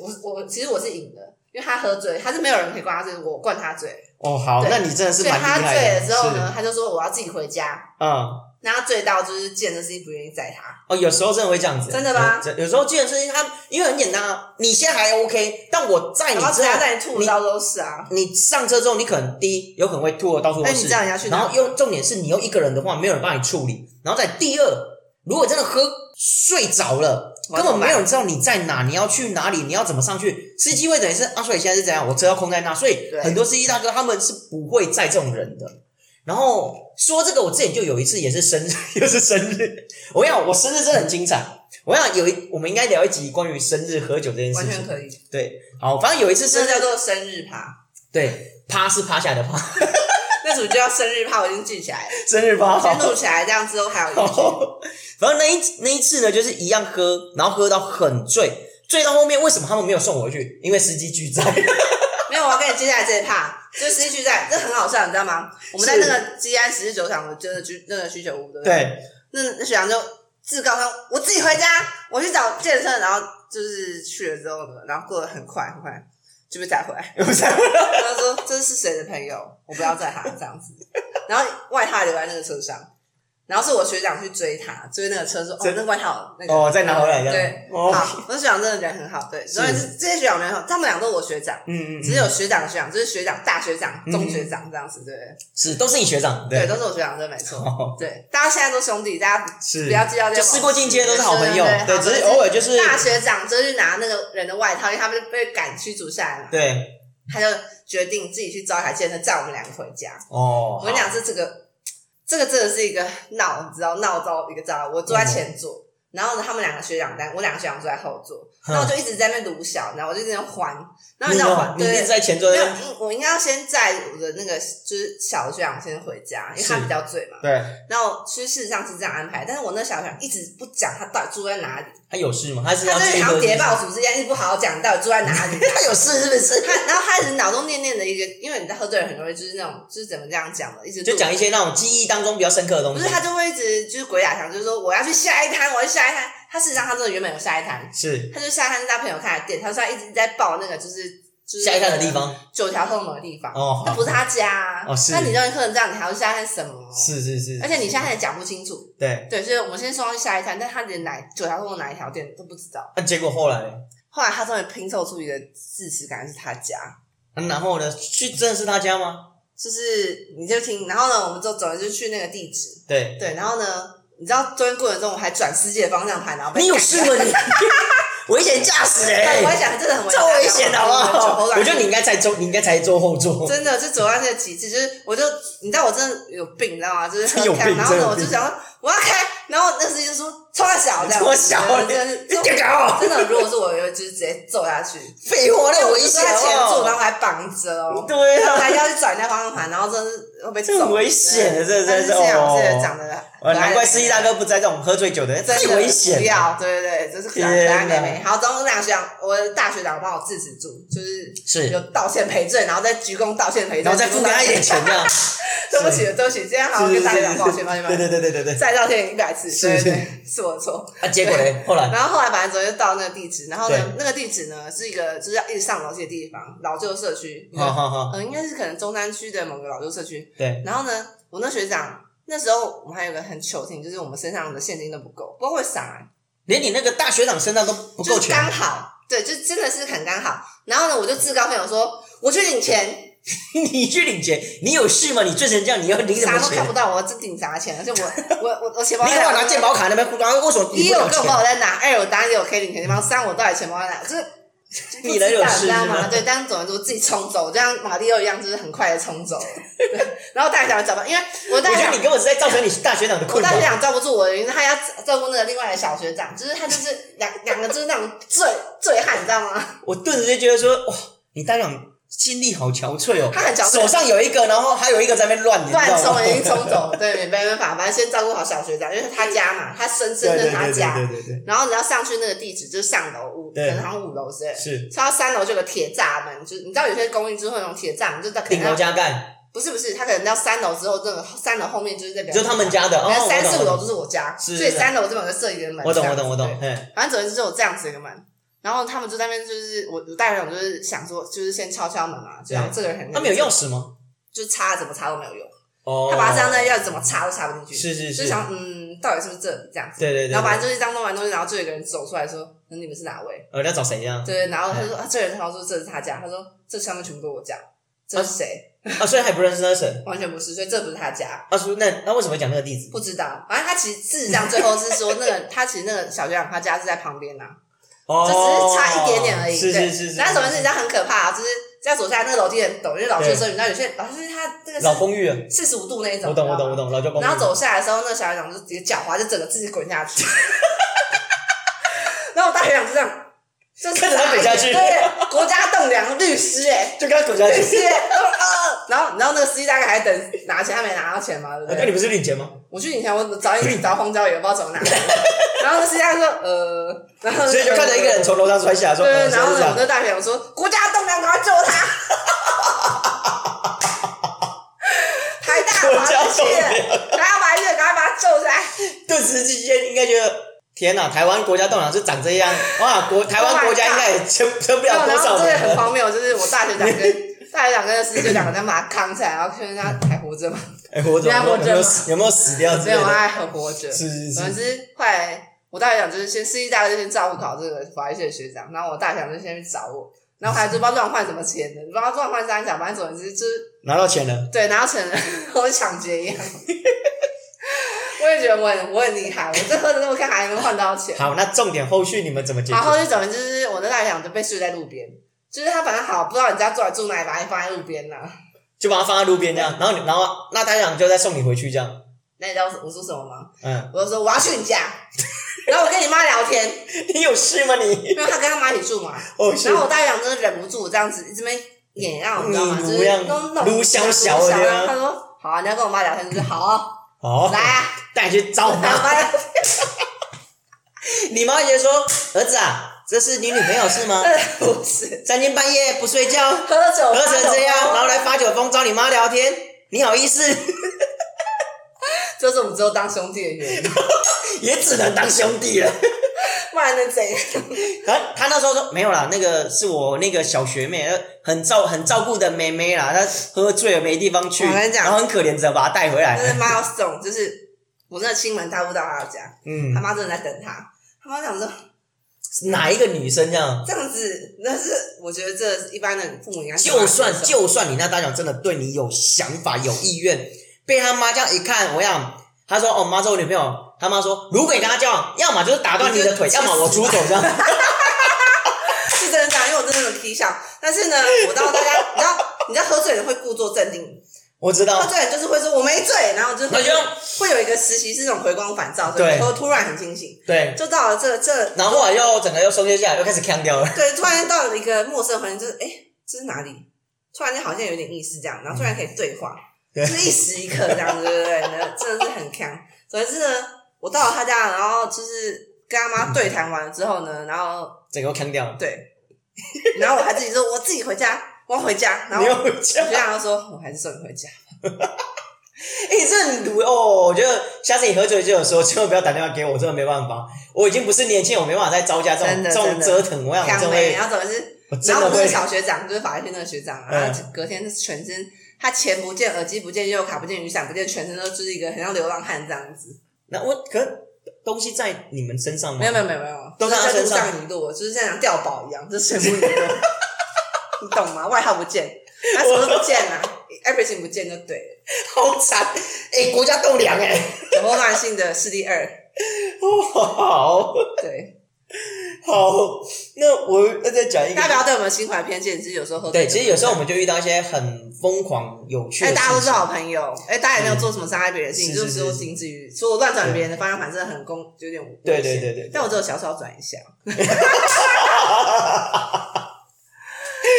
Speaker 1: 我我其实我是赢的，因为他喝醉，他是没有人可以灌他醉，我灌他醉。
Speaker 2: 哦，好，
Speaker 1: 对
Speaker 2: 那你真的是
Speaker 1: 所以
Speaker 2: 蛮
Speaker 1: 他
Speaker 2: 厉害
Speaker 1: 醉
Speaker 2: 的。
Speaker 1: 了之后呢，他就说我要自己回家。
Speaker 2: 是？嗯，
Speaker 1: 那他醉到就是见的司机不愿意载他，
Speaker 2: 哦，有时候真的会这样子，
Speaker 1: 真的吗
Speaker 2: 有有时候计程车他因为很简单啊，你现在还 OK，但我哎载你
Speaker 1: 然后只，
Speaker 2: 之后
Speaker 1: 要在你吐的
Speaker 2: 你
Speaker 1: 到处都是啊。
Speaker 2: 你上车之后，你可能第一有可能会吐的到处都
Speaker 1: 那
Speaker 2: 是，
Speaker 1: 哎你这样你要去哪
Speaker 2: 然后又重点是你又一个人的话，没有人帮你处理。然后再第二，如果真的喝睡着了，
Speaker 1: 我
Speaker 2: 根
Speaker 1: 要怎么办
Speaker 2: 本没有人知道你在哪，你要去哪里，你要怎么上去。司机会等于是啊，所以现在是怎样，我车要空在那，所以
Speaker 1: 对
Speaker 2: 很多司机大哥他们是不会载这种人的。然后说这个，我之前就有一次也是生日， 又是生日。我跟你讲，我生日真的很精彩。我跟你讲有一，我们应该聊一集关于生日喝酒这件事
Speaker 1: 完全
Speaker 2: 情。
Speaker 1: 可以，
Speaker 2: 对，好，反正有一次生
Speaker 1: 这叫
Speaker 2: 日
Speaker 1: 做生日趴。
Speaker 2: 对，趴是趴下来的趴，
Speaker 1: 那组就叫生日趴，我已经记起来了，
Speaker 2: 生日趴。
Speaker 1: 先录起来，这样之后还有一
Speaker 2: 哦
Speaker 1: 句。
Speaker 2: 反正那一那一次呢，就是一样喝，然后喝到很醉，醉到后面为什么他们没有送我回去？因为司机拒载。
Speaker 1: 没有，我要跟你接下来这一趴，就是司机拒载，这很好笑，你知道吗？我们在那个基安十日酒厂的真的居那个居酒屋，对不对？
Speaker 2: 对，
Speaker 1: 那那学长就自告说：“我自己回家，我去找健身。”然后就是去了之后呢，然后过得很快很快就被载回来。
Speaker 2: 不是，
Speaker 1: 他说：“这是谁的朋友？我不要载他这样子。”然后外套留在那个车上，然后是我学长去追他，追那个车说：“哦，
Speaker 2: 真
Speaker 1: 那外套那个
Speaker 2: 哦，再拿回来这样。
Speaker 1: 对，
Speaker 2: 哦，
Speaker 1: 好，我学长真的人很好，对，所以是这些学长人很好，他们俩都是我学长。
Speaker 2: 嗯嗯嗯，
Speaker 1: 只有学长学长，就是学长大学长、
Speaker 2: 嗯
Speaker 1: 中学长这样子，对不对？
Speaker 2: 是都是你学长，
Speaker 1: 对，都是我学长，真的没错。
Speaker 2: 哦
Speaker 1: 对，大家现在都兄弟，大家
Speaker 2: 是
Speaker 1: 不要计较这
Speaker 2: 就
Speaker 1: 些。
Speaker 2: 事过境迁都是好朋友，
Speaker 1: 对，
Speaker 2: 对，
Speaker 1: 好
Speaker 2: 只是偶尔就是
Speaker 1: 啊大学长就是去拿那个人的外套，因为他们被赶驱逐下来嘛，
Speaker 2: 对
Speaker 1: 他就决定自己去招一台健身，载我们两个回家。
Speaker 2: 哦。
Speaker 1: 我跟你讲，这这个这个真的是一个闹，你知道闹到一个炸。我坐在前座，然后呢，他们两个学长单，我两个学长坐在后座，
Speaker 2: 嗯哼
Speaker 1: 然后我就一直在那边撸小，然后我就在那边还，然后
Speaker 2: 你
Speaker 1: 你知道
Speaker 2: 有
Speaker 1: 还，
Speaker 2: 你一
Speaker 1: 对
Speaker 2: 直在前座
Speaker 1: 没有，
Speaker 2: 对
Speaker 1: 应我应该要先载我的那个就是小学长先回家，因为他
Speaker 2: 是
Speaker 1: 比较醉嘛。
Speaker 2: 对，
Speaker 1: 然后其实事实上是这样安排，但是我那小学长一直不讲他到底住在哪里，
Speaker 2: 他有事吗？他是
Speaker 1: 他
Speaker 2: 要
Speaker 1: 就是
Speaker 2: 去
Speaker 1: 好
Speaker 2: 喝
Speaker 1: 像谍
Speaker 2: 酒
Speaker 1: 报组织一样，一直不好好讲到底住在哪里。
Speaker 2: 他有事是不是？
Speaker 1: 他然后他一直脑中念念的一个，因为你在喝醉人很容易就是那种就是怎么这样讲的，一直
Speaker 2: 就讲
Speaker 1: 一
Speaker 2: 一些那种记忆当中比较深刻的东
Speaker 1: 不
Speaker 2: 西。
Speaker 1: 是他就会一直就是鬼打墙，就是说我要去下一摊，我要去下一摊。他事实上他真的原本有下一摊，
Speaker 2: 是
Speaker 1: 他就下一摊是他朋友开的店，他说他一直在报那个就是。就是
Speaker 2: 下一站的地方
Speaker 1: 九条通某的地方，
Speaker 2: 哦
Speaker 1: 那不是他家、啊。
Speaker 2: 哦是
Speaker 1: 那你让客人这样，你还要下一摊什么？
Speaker 2: 是是是，
Speaker 1: 而且你现在也讲不清楚，
Speaker 2: 对，
Speaker 1: 对，所以我们先说到下一摊，但他连哪九条通的哪一条店都不知道。
Speaker 2: 啊那结果后来
Speaker 1: 后来他终于拼凑出一个事实，感觉是他家，
Speaker 2: 嗯然后呢，去真的是他家吗？
Speaker 1: 就是你就听，然后呢，我们就走，就去那个地址，
Speaker 2: 对，
Speaker 1: 对，然后呢，你知道中间过程中我还转世界方向盘，然后被
Speaker 2: 你有事吗你？危险驾驶
Speaker 1: 对我
Speaker 2: 哎
Speaker 1: 还，想真的很
Speaker 2: 超危险的好不好？我觉得你应
Speaker 1: 该
Speaker 2: 该在坐，你应该才坐后座。
Speaker 1: 真的就走到这个极致，就是我就你知道我真的有病，你知道吗？就是
Speaker 2: 真有病
Speaker 1: 然后
Speaker 2: 真
Speaker 1: 呢，
Speaker 2: 有
Speaker 1: 我
Speaker 2: 病
Speaker 1: 就想说我要开，然后那司机就说冲他小 这样，
Speaker 2: 我小
Speaker 1: 我，真的
Speaker 2: 你
Speaker 1: 是
Speaker 2: 别搞，
Speaker 1: 真的，如果是我，我会就是直接揍下去。
Speaker 2: 废话，那危
Speaker 1: 坐
Speaker 2: 险
Speaker 1: 在前座，然
Speaker 2: 哦。
Speaker 1: 后还绑着哦，
Speaker 2: 对啊，
Speaker 1: 还要去转一下方向盘，然后真的是会被揍
Speaker 2: 这很危险的
Speaker 1: 对
Speaker 2: 这真
Speaker 1: 但
Speaker 2: 是
Speaker 1: 这样，
Speaker 2: 哦
Speaker 1: 这个长得
Speaker 2: 哇难怪司机大哥不在这种喝醉酒的，太
Speaker 1: 真的
Speaker 2: 危险
Speaker 1: 不
Speaker 2: 了。
Speaker 1: 要，对对对，这是
Speaker 2: 天哪
Speaker 1: 可爱妹妹。好，总之两个学长，我的大学长帮我制止住，就是有
Speaker 2: 是，
Speaker 1: 道歉赔罪，然后再鞠躬道歉赔罪，
Speaker 2: 然后再付给他一点钱这样。
Speaker 1: 对不起，对不起，今天好好跟大学长抱歉，抱歉，抱
Speaker 2: 对对
Speaker 1: 歉。
Speaker 2: 对对对对。
Speaker 1: 再道歉一百次，
Speaker 2: 是
Speaker 1: 对对对，是我的错。
Speaker 2: 啊，结果嘞，后来
Speaker 1: 然后后来反正昨天就到那个地址，然后呢
Speaker 2: 对，
Speaker 1: 那个地址呢是一个就是要一直上楼梯的地方，老旧社区，
Speaker 2: 好
Speaker 1: 嗯，
Speaker 2: 好好，
Speaker 1: 应该是可能中山区的某个老旧社区。
Speaker 2: 对，
Speaker 1: 然后呢，我那学长那时候我们还有个很糗ting，就是我们身上的现金都不够，不知道为啥、欸
Speaker 2: 连你那个大学长身上都不够
Speaker 1: 就是
Speaker 2: 全，
Speaker 1: 刚好，对，就真的是很刚好。然后呢，我就自告奋勇说，我去领钱，
Speaker 2: 你去领钱，你有事吗？你醉成这样，你要领什
Speaker 1: 啥
Speaker 2: 么
Speaker 1: 都
Speaker 2: 钱
Speaker 1: 看不？到，我这顶啥钱？而且我 我我我钱包
Speaker 2: 你
Speaker 1: 在
Speaker 2: 干
Speaker 1: 哪
Speaker 2: 嘛拿健保卡那边，然后为什么你
Speaker 1: 一
Speaker 2: 不
Speaker 1: 我
Speaker 2: 领
Speaker 1: 根
Speaker 2: 钱
Speaker 1: 本？我在哪，？E 二我答案也有可以领钱的地方，三我到底钱包在哪？就是。
Speaker 2: 你能有
Speaker 1: 不
Speaker 2: 事
Speaker 1: 知道你知道
Speaker 2: 是吗
Speaker 1: 吗？对，但是总之我自己冲走，就像马里奥一样，就是很快的冲走了。对，然后大学长找不到，因为我大
Speaker 2: 我
Speaker 1: 学
Speaker 2: 觉得
Speaker 1: 长
Speaker 2: 你根本是在造成你大学长的
Speaker 1: 我
Speaker 2: 困
Speaker 1: 大学
Speaker 2: 扰。
Speaker 1: 长照顾住我的原因，他要照顾那个另外的小学长，就是他就是两两个就是那种醉醉汉，你知道吗？
Speaker 2: 我顿时就觉得说，哇，你大学长心力好憔悴哦，
Speaker 1: 他很憔悴
Speaker 2: 手上有一个，然后还有一个在那边乱，你知
Speaker 1: 突然
Speaker 2: 道
Speaker 1: 冲
Speaker 2: 吗？
Speaker 1: 人 一冲走，对，没办法，反正先照顾好小学长，因为他家嘛，他深
Speaker 2: 对
Speaker 1: 深
Speaker 2: 对
Speaker 1: 的
Speaker 2: 对
Speaker 1: 他
Speaker 2: 对
Speaker 1: 家，
Speaker 2: 对对对，
Speaker 1: 然后你要上去那个地址，就是上楼五，可
Speaker 2: 对
Speaker 1: 能好像五楼之类的。
Speaker 2: 是
Speaker 1: 上到三楼就有个铁栅门，就是你知道有些公寓就是会有那种铁栅门，就是可能
Speaker 2: 顶楼
Speaker 1: 要
Speaker 2: 加盖，
Speaker 1: 不是不是，他可能到三楼之后，这个三楼后面就是那边，
Speaker 2: 就他们家的哦
Speaker 1: 然后，三
Speaker 2: 我
Speaker 1: 四五
Speaker 2: 懂
Speaker 1: 楼就是我家，
Speaker 2: 是
Speaker 1: 所以
Speaker 2: 是
Speaker 1: 三楼这边有个设一个门，
Speaker 2: 我懂
Speaker 1: 这
Speaker 2: 我
Speaker 1: 样子
Speaker 2: 懂我
Speaker 1: 对
Speaker 2: 懂，嘿，
Speaker 1: 反正总之就是有这样子一个门。然后他们就在那边，就是我我代表长就是想说，就是先敲敲门啊，就让这个人很
Speaker 2: 他们有钥，匙吗？
Speaker 1: 就是插怎么插都没有用，
Speaker 2: 嗯哦，
Speaker 1: 他把它这样在要怎么插都插不进去，
Speaker 2: 是是，
Speaker 1: 就是想嗯，到底是不是这里这样子？
Speaker 2: 对对对，
Speaker 1: 然后反正
Speaker 2: 对
Speaker 1: 就是这样弄完东西，然后就有一个人走出来说：“那你们是哪位
Speaker 2: 呃，要找谁呀？”？
Speaker 1: 对，然后
Speaker 2: 嗯
Speaker 1: 他说：“啊，这人他说这是他家，他说这上面全部都我家，这是谁？
Speaker 2: 啊，所以还不认识那是谁？
Speaker 1: 完全不是，所以这不是他家，
Speaker 2: 啊，叔，那那为什么讲那个地址？
Speaker 1: 不知道。反正他其实事实上最后是说，那个他其实那个小学长他家是在旁边呐、啊，
Speaker 2: 哦，
Speaker 1: 就只是差一点点而已。
Speaker 2: 是
Speaker 1: 对
Speaker 2: 是是是，
Speaker 1: 然后什么事你知道很可怕、啊，就是在走下来那个楼梯很陡，因为老师的时候，你知道有些老师他这个
Speaker 2: 老
Speaker 1: 是
Speaker 2: 公寓啊，
Speaker 1: 四十五度那一种，
Speaker 2: 我懂我
Speaker 1: 你知道
Speaker 2: 懂
Speaker 1: 吗
Speaker 2: 我。懂，老公寓。
Speaker 1: 然后走下来的时候，那个小学长就直接脚滑就整个自己滚下去， 然后我大学长就这样，就是
Speaker 2: 看着他滚下去
Speaker 1: 对，国家栋梁律师哎、
Speaker 2: 就跟他滚下
Speaker 1: 律
Speaker 2: 去。
Speaker 1: 师、欸，呃然后然后那个司机大概还等拿钱，他没拿到钱嘛，对不
Speaker 2: 那啊
Speaker 1: 对？
Speaker 2: 你不是领钱吗？
Speaker 1: 我去以前我找你找荒郊野，不知道怎么拿 钱，然后那司机大概说呃，然后
Speaker 2: 所以就看着一个人从楼上摔下来，说：“
Speaker 1: 对，
Speaker 2: 嗯
Speaker 1: 对然后
Speaker 2: 现在是这
Speaker 1: 呢，我
Speaker 2: 样
Speaker 1: 那大学长说国家栋梁，赶快救他！台大
Speaker 2: 国
Speaker 1: 滑
Speaker 2: 家
Speaker 1: 下去了，
Speaker 2: 栋梁
Speaker 1: 赶快把月，赶快把他救出来！
Speaker 2: 顿时之间应该觉得，天哪，台湾国家栋梁是长这样哇！国台湾国家应该也撑撑不
Speaker 1: 然
Speaker 2: 了
Speaker 1: 后
Speaker 2: 多
Speaker 1: 啊然后
Speaker 2: 少
Speaker 1: 真的
Speaker 2: 年
Speaker 1: 很
Speaker 2: 了。
Speaker 1: 荒谬，就是我大学长 跟大学长跟司机就两个人把他扛起来，然后确认他还活 着吗？
Speaker 2: 哎，我怎
Speaker 1: 你还
Speaker 2: 么
Speaker 1: 活
Speaker 2: 有
Speaker 1: 着
Speaker 2: 没有
Speaker 1: 吗
Speaker 2: 死有没有死掉之
Speaker 1: 没
Speaker 2: 类
Speaker 1: 有，啊
Speaker 2: 的？
Speaker 1: 他还很活着。
Speaker 2: 是是
Speaker 1: 反
Speaker 2: 是，
Speaker 1: 正后来我大学长就是先司机大哥就先照顾好这个法律系的学长，然后我大学长就先去找我，然后还就不知道乱换什么钱的，不知道乱换三角，反正总之就是
Speaker 2: 拿到钱了，
Speaker 1: 对，然后成了 我抢劫一样。我也觉得我很我很厉害，我这喝的那么开还能换到钱。
Speaker 2: 好，那重点后续你们怎么解决
Speaker 1: 然？后就总之就是我的大奖就被睡在路边，就是他反正好不知道你家住哪住哪里，把你放在路边啦、
Speaker 2: 就把它放在路边这样，然后你，然后那台长就再送你回去这样，
Speaker 1: 那你知道我说什么吗？
Speaker 2: 嗯，
Speaker 1: 我就说我要去你家，然后我跟你妈聊天，
Speaker 2: 你有事吗你？
Speaker 1: 因为他跟他妈一起住嘛。
Speaker 2: 哦，是
Speaker 1: 然后我大奖真的忍不住这样子一直没演让你知道吗？
Speaker 2: 你
Speaker 1: 就是
Speaker 2: 如嗯样
Speaker 1: 弄弄
Speaker 2: 如小小的
Speaker 1: 然后
Speaker 2: 啊
Speaker 1: 他说好啊，你要跟我妈聊天，我就好啊，
Speaker 2: 哦
Speaker 1: 来，啊，
Speaker 2: 带你去找
Speaker 1: 然后
Speaker 2: 妈。
Speaker 1: 他就
Speaker 2: 你妈也说，儿子啊，这是你女朋友是吗？
Speaker 1: 不是
Speaker 2: 三更半夜不睡觉，
Speaker 1: 喝酒
Speaker 2: 喝成这样，
Speaker 1: 发酒
Speaker 2: 然
Speaker 1: 疯
Speaker 2: 后来发酒疯找你妈聊天，你好意思？
Speaker 1: 这是我们之后当兄弟的原因，
Speaker 2: 也只能当兄弟 了。
Speaker 1: 不然能 怎样？
Speaker 2: 他他那时候说没有啦，那个是我那个小学妹，呃很照很照顾的妹妹啦，她喝醉了没地方去，
Speaker 1: 我跟你讲
Speaker 2: 然后很可怜，只好把她带回
Speaker 1: 但是
Speaker 2: 来。
Speaker 1: 妈要送，就是我真的亲门踏不到他的家，
Speaker 2: 嗯
Speaker 1: 他，妈真的在等他。他妈想说
Speaker 2: 哪一个女生这样？
Speaker 1: 这样子，那是我觉得这一般的父母应该
Speaker 2: 就算
Speaker 1: 就
Speaker 2: 就算你那大小真的对你有想法有意愿，被他妈这样一看，我想他说哦，妈是我女朋友，他妈说如果你跟他交往，要么就是打断你的腿，
Speaker 1: 你就
Speaker 2: 要么我出走这样。
Speaker 1: 是真的这样，因为我真的很皮笑。但 是呢，我当大家，你知道，你知道喝醉的人会故作镇定，
Speaker 2: 我知
Speaker 1: 喝
Speaker 2: 道，
Speaker 1: 醉的人就是会说我没醉，然后就
Speaker 2: 那
Speaker 1: 会
Speaker 2: 就
Speaker 1: 会有一个实习是那种回光返照，所以
Speaker 2: 对
Speaker 1: 突突然很清醒，
Speaker 2: 对，
Speaker 1: 就到了这这，
Speaker 2: 然后后来又整个又松懈下来，又开始腔掉了。
Speaker 1: 对，突然间到了一个陌生的环境，就是哎、诶这是哪里？突然间好像有点意识这样，然后突然可以对话，
Speaker 2: 对
Speaker 1: 就是一时一刻这样，对不对？那真的是很强。总之呢，我到了他家，然后就是跟他
Speaker 2: 嗯
Speaker 1: 妈对谈完了之后呢，然后
Speaker 2: 整个又腔掉了。
Speaker 1: 对，然后我还自己说我自己回家，我要回家，然
Speaker 2: 你
Speaker 1: 后
Speaker 2: 又
Speaker 1: 我
Speaker 2: 回家，
Speaker 1: 就让他说我还是送你回家。
Speaker 2: 哎、欸，这很毒哦！我觉得下次你喝醉就有时候千万不要打电话给我，真的没办法，我已经不是年轻人，我没办法再招架这种
Speaker 1: 真的
Speaker 2: 这种
Speaker 1: 真的
Speaker 2: 折腾，我想我
Speaker 1: 强
Speaker 2: 真的
Speaker 1: 妹，
Speaker 2: 会，
Speaker 1: 然后总之，
Speaker 2: 我真
Speaker 1: 然后
Speaker 2: 的
Speaker 1: 我们
Speaker 2: 会嗯
Speaker 1: 是，小学长，就是法律系那个学长，啊然后隔天是全身，他钱不见，耳机不见，悠悠卡不见，雨伞不见，全身都是一个很像流浪汉这样子。
Speaker 2: 那我可是东西在你们身上吗？
Speaker 1: 没有没有没有没有，
Speaker 2: 都在他
Speaker 1: 就是在
Speaker 2: 身
Speaker 1: 路
Speaker 2: 上
Speaker 1: 上遗落，就是像掉宝一样，就全部遗落， 你懂吗？外号不见，他什么都不见了、everything 不见就对了。
Speaker 2: 好惨！哎、国家栋梁哎，哦
Speaker 1: 酒后乱性的势力二，
Speaker 2: 好
Speaker 1: 对，
Speaker 2: 好，那我要再讲一
Speaker 1: 大家不要
Speaker 2: 个。
Speaker 1: 对我们心怀偏见，只是有时候喝
Speaker 2: 对，
Speaker 1: 醉
Speaker 2: 其实有时候我们就遇到一些很疯狂、有趣
Speaker 1: 哎、
Speaker 2: 的事情。
Speaker 1: 大家都是好朋友，哎、大家也没有做什么伤害别人的事情，
Speaker 2: 嗯是
Speaker 1: 就是只
Speaker 2: 是
Speaker 1: 有仅止于说我乱转别人的方向盘，真的很公，有点危险
Speaker 2: 对对对对
Speaker 1: 但我只有小小转一 下，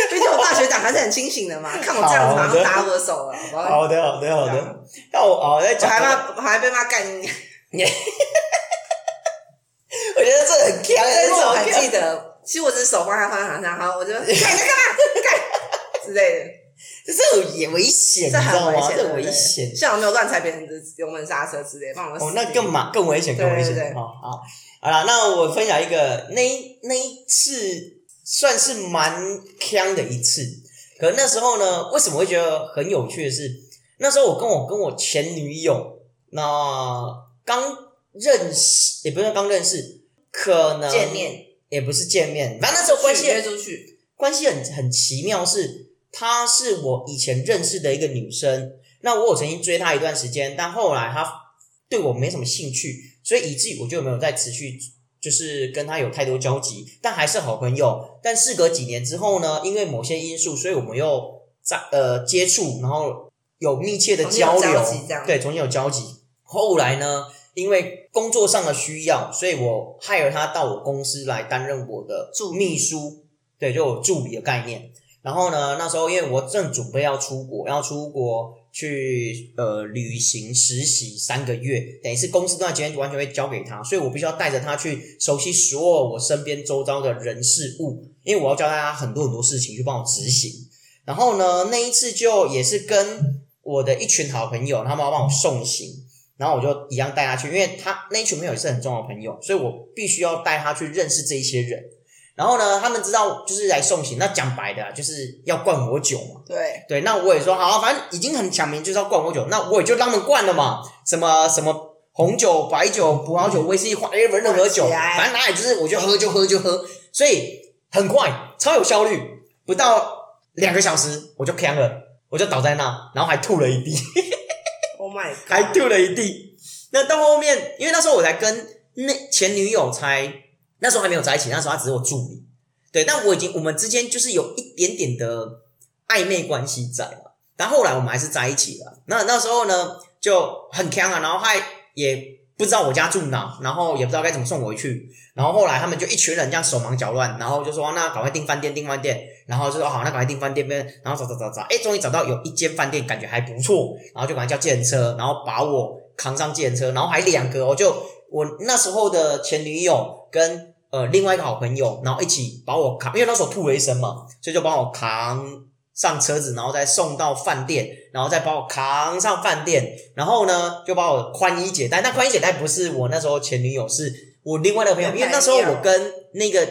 Speaker 1: 毕竟我大学长还是很清醒的嘛，看我这样子马
Speaker 2: 好
Speaker 1: 上
Speaker 2: 的
Speaker 1: 打我的手了，好不好？
Speaker 2: 好的，好的，好的。那我好，我再
Speaker 1: 我
Speaker 2: 讲一
Speaker 1: 还
Speaker 2: 个。
Speaker 1: 骂，我还被骂干你。
Speaker 2: 我觉得这很强，
Speaker 1: 但是
Speaker 2: 这
Speaker 1: 我
Speaker 2: 很
Speaker 1: 还
Speaker 2: 强
Speaker 1: 记得， 其实我只是手放在方向盘上，然后我就 干你在干嘛干之类
Speaker 2: 这是有危险，
Speaker 1: 的，
Speaker 2: 你
Speaker 1: 这
Speaker 2: 知
Speaker 1: 很
Speaker 2: 道
Speaker 1: 危
Speaker 2: 吗？
Speaker 1: 险，对
Speaker 2: 这
Speaker 1: 不对
Speaker 2: 危险。
Speaker 1: 幸好没有乱踩别人的油门刹车之类，帮我们
Speaker 2: 哦，
Speaker 1: 死
Speaker 2: 那
Speaker 1: 定
Speaker 2: 更嘛更危险，更危
Speaker 1: 对对
Speaker 2: 险
Speaker 1: 对
Speaker 2: 哦！好，好啦，那我分享一个，那一那一次算是蛮坑的一次。可那时候呢，为什么会觉得很有趣的是，那时候我跟我跟我前女友，那刚认识，也不是刚认识，可能
Speaker 1: 见面，
Speaker 2: 也不是见面，反正那时候关系
Speaker 1: 约出去，
Speaker 2: 关系很很奇妙是，她是我以前认识的一个女生，那我有曾经追她一段时间，但后来她对我没什么兴趣，所以以至于我就没有再持续就是跟她有太多交集，但还是好朋友。但事隔几年之后呢，因为某些因素，所以我们又在呃接触，然后有密切的交
Speaker 1: 重新有
Speaker 2: 流
Speaker 1: 交集这样，
Speaker 2: 对，重新有交集。后来呢，因为工作上的需要，所以我害了她到我公司来担任我的
Speaker 1: 助理
Speaker 2: 秘书，对，就有助理的概念。然后呢，那时候因为我正准备要出国，要出国去呃旅行实习三个月，等于是公司那段时间完全会交给他，所以我必须要带着他去熟悉所有我身边周遭的人事物，因为我要教他很多很多事情去帮我执行。然后呢，那一次就也是跟我的一群好朋友，他们要帮我送行，然后我就一样带他去，因为他那一群朋友也是很重要的朋友，所以我必须要带他去认识这一些人。然后呢，他们知道就是来送行，那讲白的啊就是要灌我酒嘛。
Speaker 1: 对，
Speaker 2: 对，那我也说好啊，反正已经很讲明就是要灌我酒，那我也就让他们灌了嘛。什么什么红酒、白酒、葡萄酒、威士忌、whatever 任何酒，
Speaker 1: 嗯灌起来
Speaker 2: 反正哪里就是我就喝就喝就喝，所以很快，超有效率，不到两个小时我就 c 了，我就倒在那，然后还吐了一地。
Speaker 1: ，Oh my
Speaker 2: 还
Speaker 1: god，
Speaker 2: 吐了一地。那到后面，因为那时候我才跟那前女友才，那时候还没有在一起，那时候她只是我助理，对，但我已经我们之间就是有一点点的暧昧关系在了。但后来我们还是在一起了。那那时候呢就很强啊，然后还也不知道我家住哪，然后也不知道该怎么送我回去。然后后来他们就一群人这样手忙脚乱，然后就说、啊那赶快订饭店，订饭店。然后就说好，那赶快订饭店呗。然后找找找找，哎，终于找到有一间饭店，感觉还不错，然后就赶快叫计程车，然后把我扛上计程车，然后还两个哦，我就我那时候的前女友跟呃另外一个好朋友，然后一起把我扛，因为那时候吐了一身嘛，所以就把我扛上车子，然后再送到饭店，然后再把我扛上饭店，然后呢就把我宽衣解带。那宽衣解带不是我那时候前女友，是我另外的朋友，因为那时候我跟那个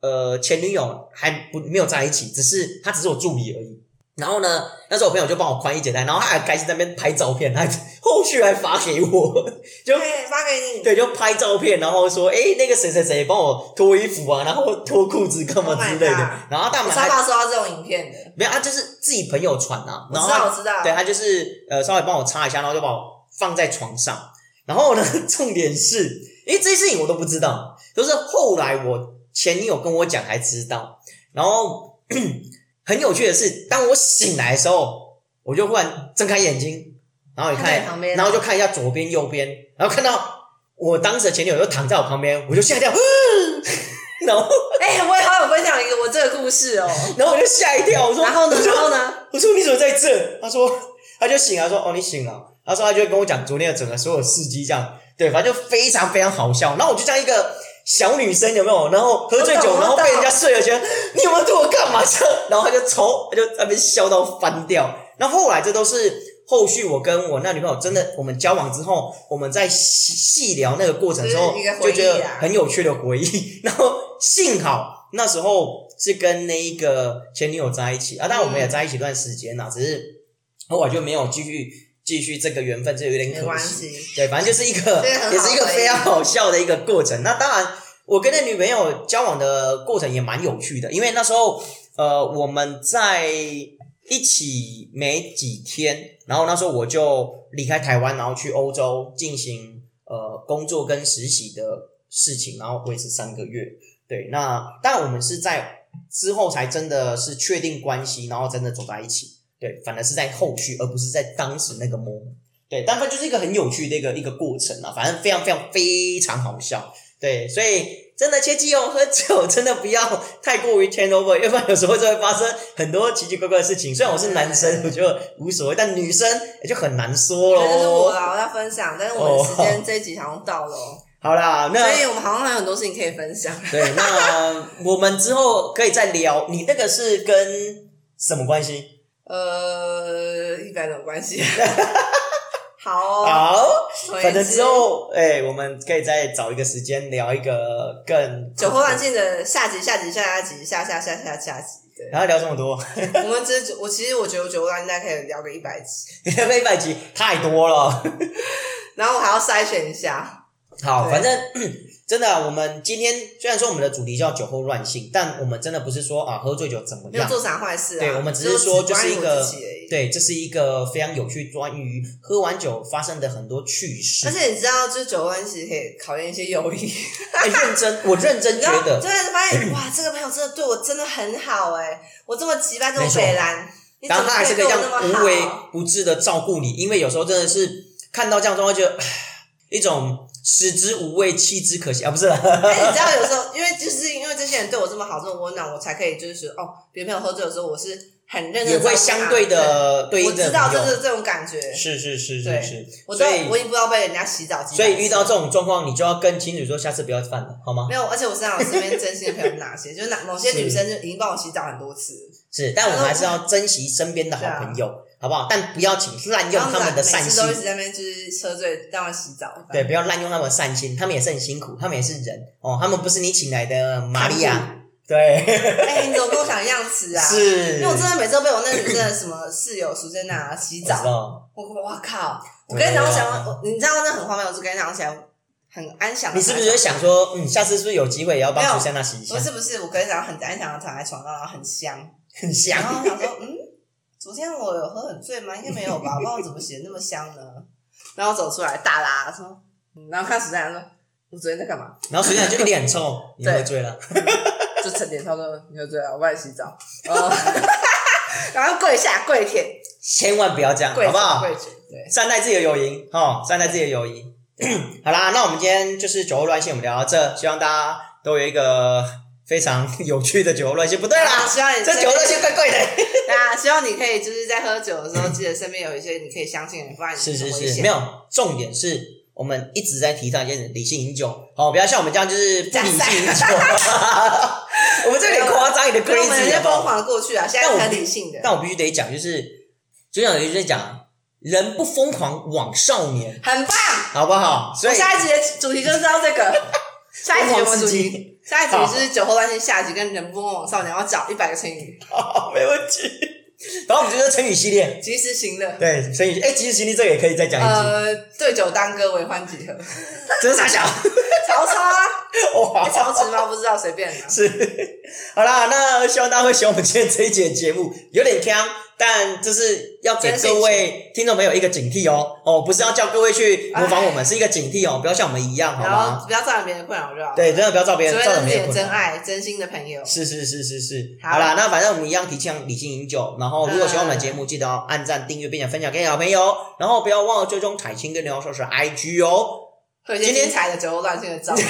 Speaker 2: 呃前女友还不没有在一起，只是她只是我助理而已。然后呢，那时候我朋友就帮我宽衣解带，然后他还开始在那边拍照片，还后续还发给我，就
Speaker 1: 对，发给你，
Speaker 2: 对，就拍照片，然后说，哎、那个谁谁谁帮我脱衣服啊，然后脱裤子干嘛
Speaker 1: Oh my
Speaker 2: 之类的
Speaker 1: God
Speaker 2: 然后他
Speaker 1: 我
Speaker 2: 们
Speaker 1: 超
Speaker 2: 还
Speaker 1: 怕收到这种影片的，
Speaker 2: 没有，他就是自己朋友传啊，
Speaker 1: 我
Speaker 2: 然后
Speaker 1: 知
Speaker 2: 他
Speaker 1: 道，我知道，
Speaker 2: 对他就是呃稍微帮我擦一下，然后就把我放在床上。然后呢， 重点是因为这些事情我都不知道，都是后来我前女友跟我讲才知道。然后 很有趣的是，当我醒来的时候，我就忽然睁开眼睛，然后你
Speaker 1: 看
Speaker 2: 看
Speaker 1: 见旁边啊
Speaker 2: 然后就看一下左边右边，然后看到我当时的前女友就躺在我旁边，我就吓一跳， 然后
Speaker 1: 哎、我也好想分享一个我这个故事哦。
Speaker 2: 然后我就吓一 跳，我说
Speaker 1: 然后呢，
Speaker 2: 我说
Speaker 1: 然后 呢，
Speaker 2: 我说你怎么在这？他说他就醒了，说哦你醒了。他说他就会跟我讲昨天的整个所有事迹，这样对，反正就非常非常好笑。然后我就像一个小女生，有没有？然后喝醉
Speaker 1: 我
Speaker 2: 酒，
Speaker 1: 懂
Speaker 2: 然后
Speaker 1: 我懂
Speaker 2: 被人家睡了，觉，你有没有对我干嘛？ 这样，然后他就愁，他就在那边笑到翻掉。然后后来这都是后续我跟我那女朋友真的我们交往之后，我们在细细聊那个过程之后
Speaker 1: 就是一个，回
Speaker 2: 就
Speaker 1: 忆
Speaker 2: 觉得
Speaker 1: 啊
Speaker 2: 很有趣的回忆。 然后幸好那时候是跟那一个前女友在一起啊，但我们也在一起一段时间啦，只是后来就没有继续继续这个缘分，这有点
Speaker 1: 没
Speaker 2: 可
Speaker 1: 关
Speaker 2: 惜。
Speaker 1: 系，
Speaker 2: 对，反正就是一个
Speaker 1: 这个很好
Speaker 2: 也是一个
Speaker 1: 回忆
Speaker 2: 非常好笑的一个过程。那当然，我跟那女朋友交往的过程也蛮有趣的，因为那时候呃我们在一起没几天，然后那时候我就离开台湾，然后去欧洲进行呃工作跟实习的事情，然后维持三个月。对，那但我们是在之后才真的是确定关系，然后真的走在一起。对，反而是在后续，而不是在当时那个 moment。对，但它就是一个很有趣的一个一个过程啊，反正非常非常非常好笑。对，所以真的切记哦，喝酒 真的不要太过于 turn over，要不然有时候就会发生很多奇奇怪怪的事情。虽然我是男生，我觉得无所谓，但女生也就很难说
Speaker 1: 这就是我啊
Speaker 2: 喽。
Speaker 1: 啦，我要分享，但是我们时间这一集好像到了、哦，
Speaker 2: 好啦，哦那
Speaker 1: 所以我们好像还有很多事情可以分享。
Speaker 2: 对，那我们之后可以再聊。你那个是跟什么关系？
Speaker 1: 呃，一般有关系，好哦，
Speaker 2: 好，
Speaker 1: 总而
Speaker 2: 啊反正
Speaker 1: 言之
Speaker 2: 之后，哎、我们可以再找一个时间聊一个更
Speaker 1: 酒后乱性的下集、下集、下下集、下下下下下集。对，
Speaker 2: 然后聊这么多，
Speaker 1: 我们这我其实我觉得我酒后乱性大概可以聊个一百集，
Speaker 2: 聊个一百集太多了。
Speaker 1: 然后我还要筛选一下。
Speaker 2: 好，
Speaker 1: 对
Speaker 2: 反正 真的啊、我们今天虽然说我们的主题叫酒后乱性，但我们真的不是说啊喝醉酒怎么
Speaker 1: 没有
Speaker 2: 样，
Speaker 1: 做啥坏事啊？
Speaker 2: 对我们只是说
Speaker 1: 就
Speaker 2: 就是一个
Speaker 1: 关于我自己而已。
Speaker 2: 对，这是一个非常有趣关于喝完酒发生的很多趣事
Speaker 1: 而。且你知道，就是酒后乱性可以考验一些友谊。
Speaker 2: 哎、认真，我认真
Speaker 1: 然后
Speaker 2: 觉
Speaker 1: 就
Speaker 2: 得，
Speaker 1: 是发现哇，这个朋友真的对我真的很好哎、我这么急败这种
Speaker 2: 没错
Speaker 1: 北兰，你怎
Speaker 2: 然
Speaker 1: 么
Speaker 2: 后他还
Speaker 1: 可
Speaker 2: 是
Speaker 1: 以对
Speaker 2: 可以这
Speaker 1: 我
Speaker 2: 样
Speaker 1: 那么
Speaker 2: 无微
Speaker 1: 好？
Speaker 2: 不至的照顾你，因为有时候真的是看到这样的状况，觉得唉一种食之无味，弃之可惜啊，不是啦。
Speaker 1: 但哎是你知道，有时候因为就是因为这些人对我这么好，这么温暖，我才可以就是说哦，别人朋友喝醉的时候，我是很认真地
Speaker 2: 也
Speaker 1: 照顾他，
Speaker 2: 会相对的对
Speaker 1: 对，我
Speaker 2: 应的
Speaker 1: 知道
Speaker 2: 朋
Speaker 1: 这
Speaker 2: 友
Speaker 1: 是这种感觉，
Speaker 2: 是是是
Speaker 1: 对
Speaker 2: 是是，
Speaker 1: 我知
Speaker 2: 所
Speaker 1: 道
Speaker 2: 以
Speaker 1: 我已经不知道被人家洗澡几百
Speaker 2: 所
Speaker 1: 次，
Speaker 2: 以遇到这种状况，你就要更清楚说下次不要犯了，好吗
Speaker 1: 没？有，而且我身上有身边真心的朋友哪些，就是哪某些
Speaker 2: 是
Speaker 1: 女生就已经帮我洗澡很多次，
Speaker 2: 是，但我们还是要珍惜身边的好朋友，好不好？但不要请滥用
Speaker 1: 啊然后
Speaker 2: 他们
Speaker 1: 每
Speaker 2: 的善
Speaker 1: 次
Speaker 2: 心
Speaker 1: 都一，直在那边就是喝醉让我洗澡，
Speaker 2: 对，不要滥用他们的善心，他们也是很辛苦，他们也是人哦，他们不是你请来的玛利亚，对，
Speaker 1: 哎，你怎么跟我想一样吃啊？
Speaker 2: 是，
Speaker 1: 因为我真的每次都被我那女生的什么室友苏珍娜洗
Speaker 2: 我知
Speaker 1: 澡，
Speaker 2: 道
Speaker 1: 我我靠！我
Speaker 2: 对
Speaker 1: 跟
Speaker 2: 啊
Speaker 1: 你讲，我想我你知道那很荒谬，我就跟你讲起来很安详。
Speaker 2: 你是不是就？想说，嗯，下次是不是有机会也要帮
Speaker 1: 没有
Speaker 2: 朱珊娜洗一下
Speaker 1: 不？是不是，我跟你讲很安详的躺在床上，然后很香，
Speaker 2: 很
Speaker 1: 然后
Speaker 2: 香，
Speaker 1: 我想说，嗯，昨天我有喝很醉吗？应该没有吧？我不知道怎么写那么香呢。然后走出来大拉说，嗯然后看苏珍娜说，我昨天在干嘛？
Speaker 2: 然后朱珊娜就一脸很臭，你
Speaker 1: 对
Speaker 2: 喝醉了，
Speaker 1: 就趁点操作，你就这样，我帮你洗澡。哦 然后跪下跪舔，
Speaker 2: 千万不要这样，
Speaker 1: 跪
Speaker 2: 好不好？
Speaker 1: 舔跪舔，对，
Speaker 2: 善待自己的友谊，哦，善待自己的友谊。 好啦，那我们今天就是酒后乱性，我们聊到这，希望大家都有一个非常有趣的酒后乱性。不对
Speaker 1: 然后
Speaker 2: 啦，
Speaker 1: 啊希望你
Speaker 2: 这酒后乱性怪怪 的。
Speaker 1: 那啊希望你可以就是在喝酒的时候，记得身边有一些你可以相信的人，不然你
Speaker 2: 是是
Speaker 1: 很危
Speaker 2: 是，
Speaker 1: 险
Speaker 2: 没有，重点是我们一直在提倡一件事理性饮酒，哦，不要像我们这样就是不理性饮酒。 我们这有点夸张，有点
Speaker 1: 可是我们
Speaker 2: crazy
Speaker 1: 人家
Speaker 2: 好不好
Speaker 1: 疯狂的过去啊，现在
Speaker 2: 但
Speaker 1: 是
Speaker 2: 我
Speaker 1: 很理性的。
Speaker 2: 但我必须得讲，就是就像有些人在讲，人不疯狂枉少年，
Speaker 1: 很棒！
Speaker 2: 好不好？所
Speaker 1: 我
Speaker 2: 以
Speaker 1: 下一集的主题就是要这个。下一集我们主
Speaker 2: 疯狂
Speaker 1: 题，下一集就是酒后乱性，下一集跟人不往少年要找一百个成语，
Speaker 2: 好， 没问题。然后我们就是成语系列，
Speaker 1: 及时行乐。
Speaker 2: 对成语，哎，其实行李这个也可以再讲一集，
Speaker 1: 呃，对酒当歌，为欢几何？
Speaker 2: 这是啥 小？
Speaker 1: 曹操啊，
Speaker 2: 哇
Speaker 1: 哎，曹植吗？不知道，随便啦。
Speaker 2: 是，好啦，那希望大家会喜欢我们今天这一节节目，有点坑，但就是要给
Speaker 1: 真心
Speaker 2: 各位听众朋友一个警惕哦，哦，不是要叫各位去模仿我们，是一个警惕哦，不要像我们一样，好
Speaker 1: 然
Speaker 2: 吗？
Speaker 1: 后不要造成别人困扰就好。，
Speaker 2: 对，真的不要照别
Speaker 1: 除
Speaker 2: 人，
Speaker 1: 非是
Speaker 2: 照着
Speaker 1: 自
Speaker 2: 别
Speaker 1: 己
Speaker 2: 人
Speaker 1: 的
Speaker 2: 混
Speaker 1: 真爱、真心的朋友。
Speaker 2: 是是是是是，
Speaker 1: 好
Speaker 2: 好啦，那反正我们一样提倡理性饮酒，然后如果喜欢我们的节目，记得要按赞、订阅，并且分享给你的好朋友，然后不要忘了追踪彩青跟刘教授是 IG 哦，
Speaker 1: 会有一些
Speaker 2: 今天
Speaker 1: 精彩的酒后乱性的照片，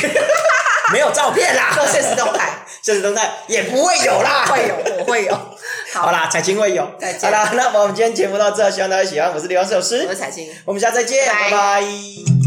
Speaker 2: 没有照片啦，
Speaker 1: 做现实动态。
Speaker 2: 现实动态也不会有啦，
Speaker 1: 会有，我会有。
Speaker 2: 好啦，彩青会有，
Speaker 1: 再见
Speaker 2: 好啦，那么我们今天节目到这，希望大家喜欢，我是刘老师，
Speaker 1: 我是彩青。
Speaker 2: 我们下次再见，
Speaker 1: 拜
Speaker 2: 拜拜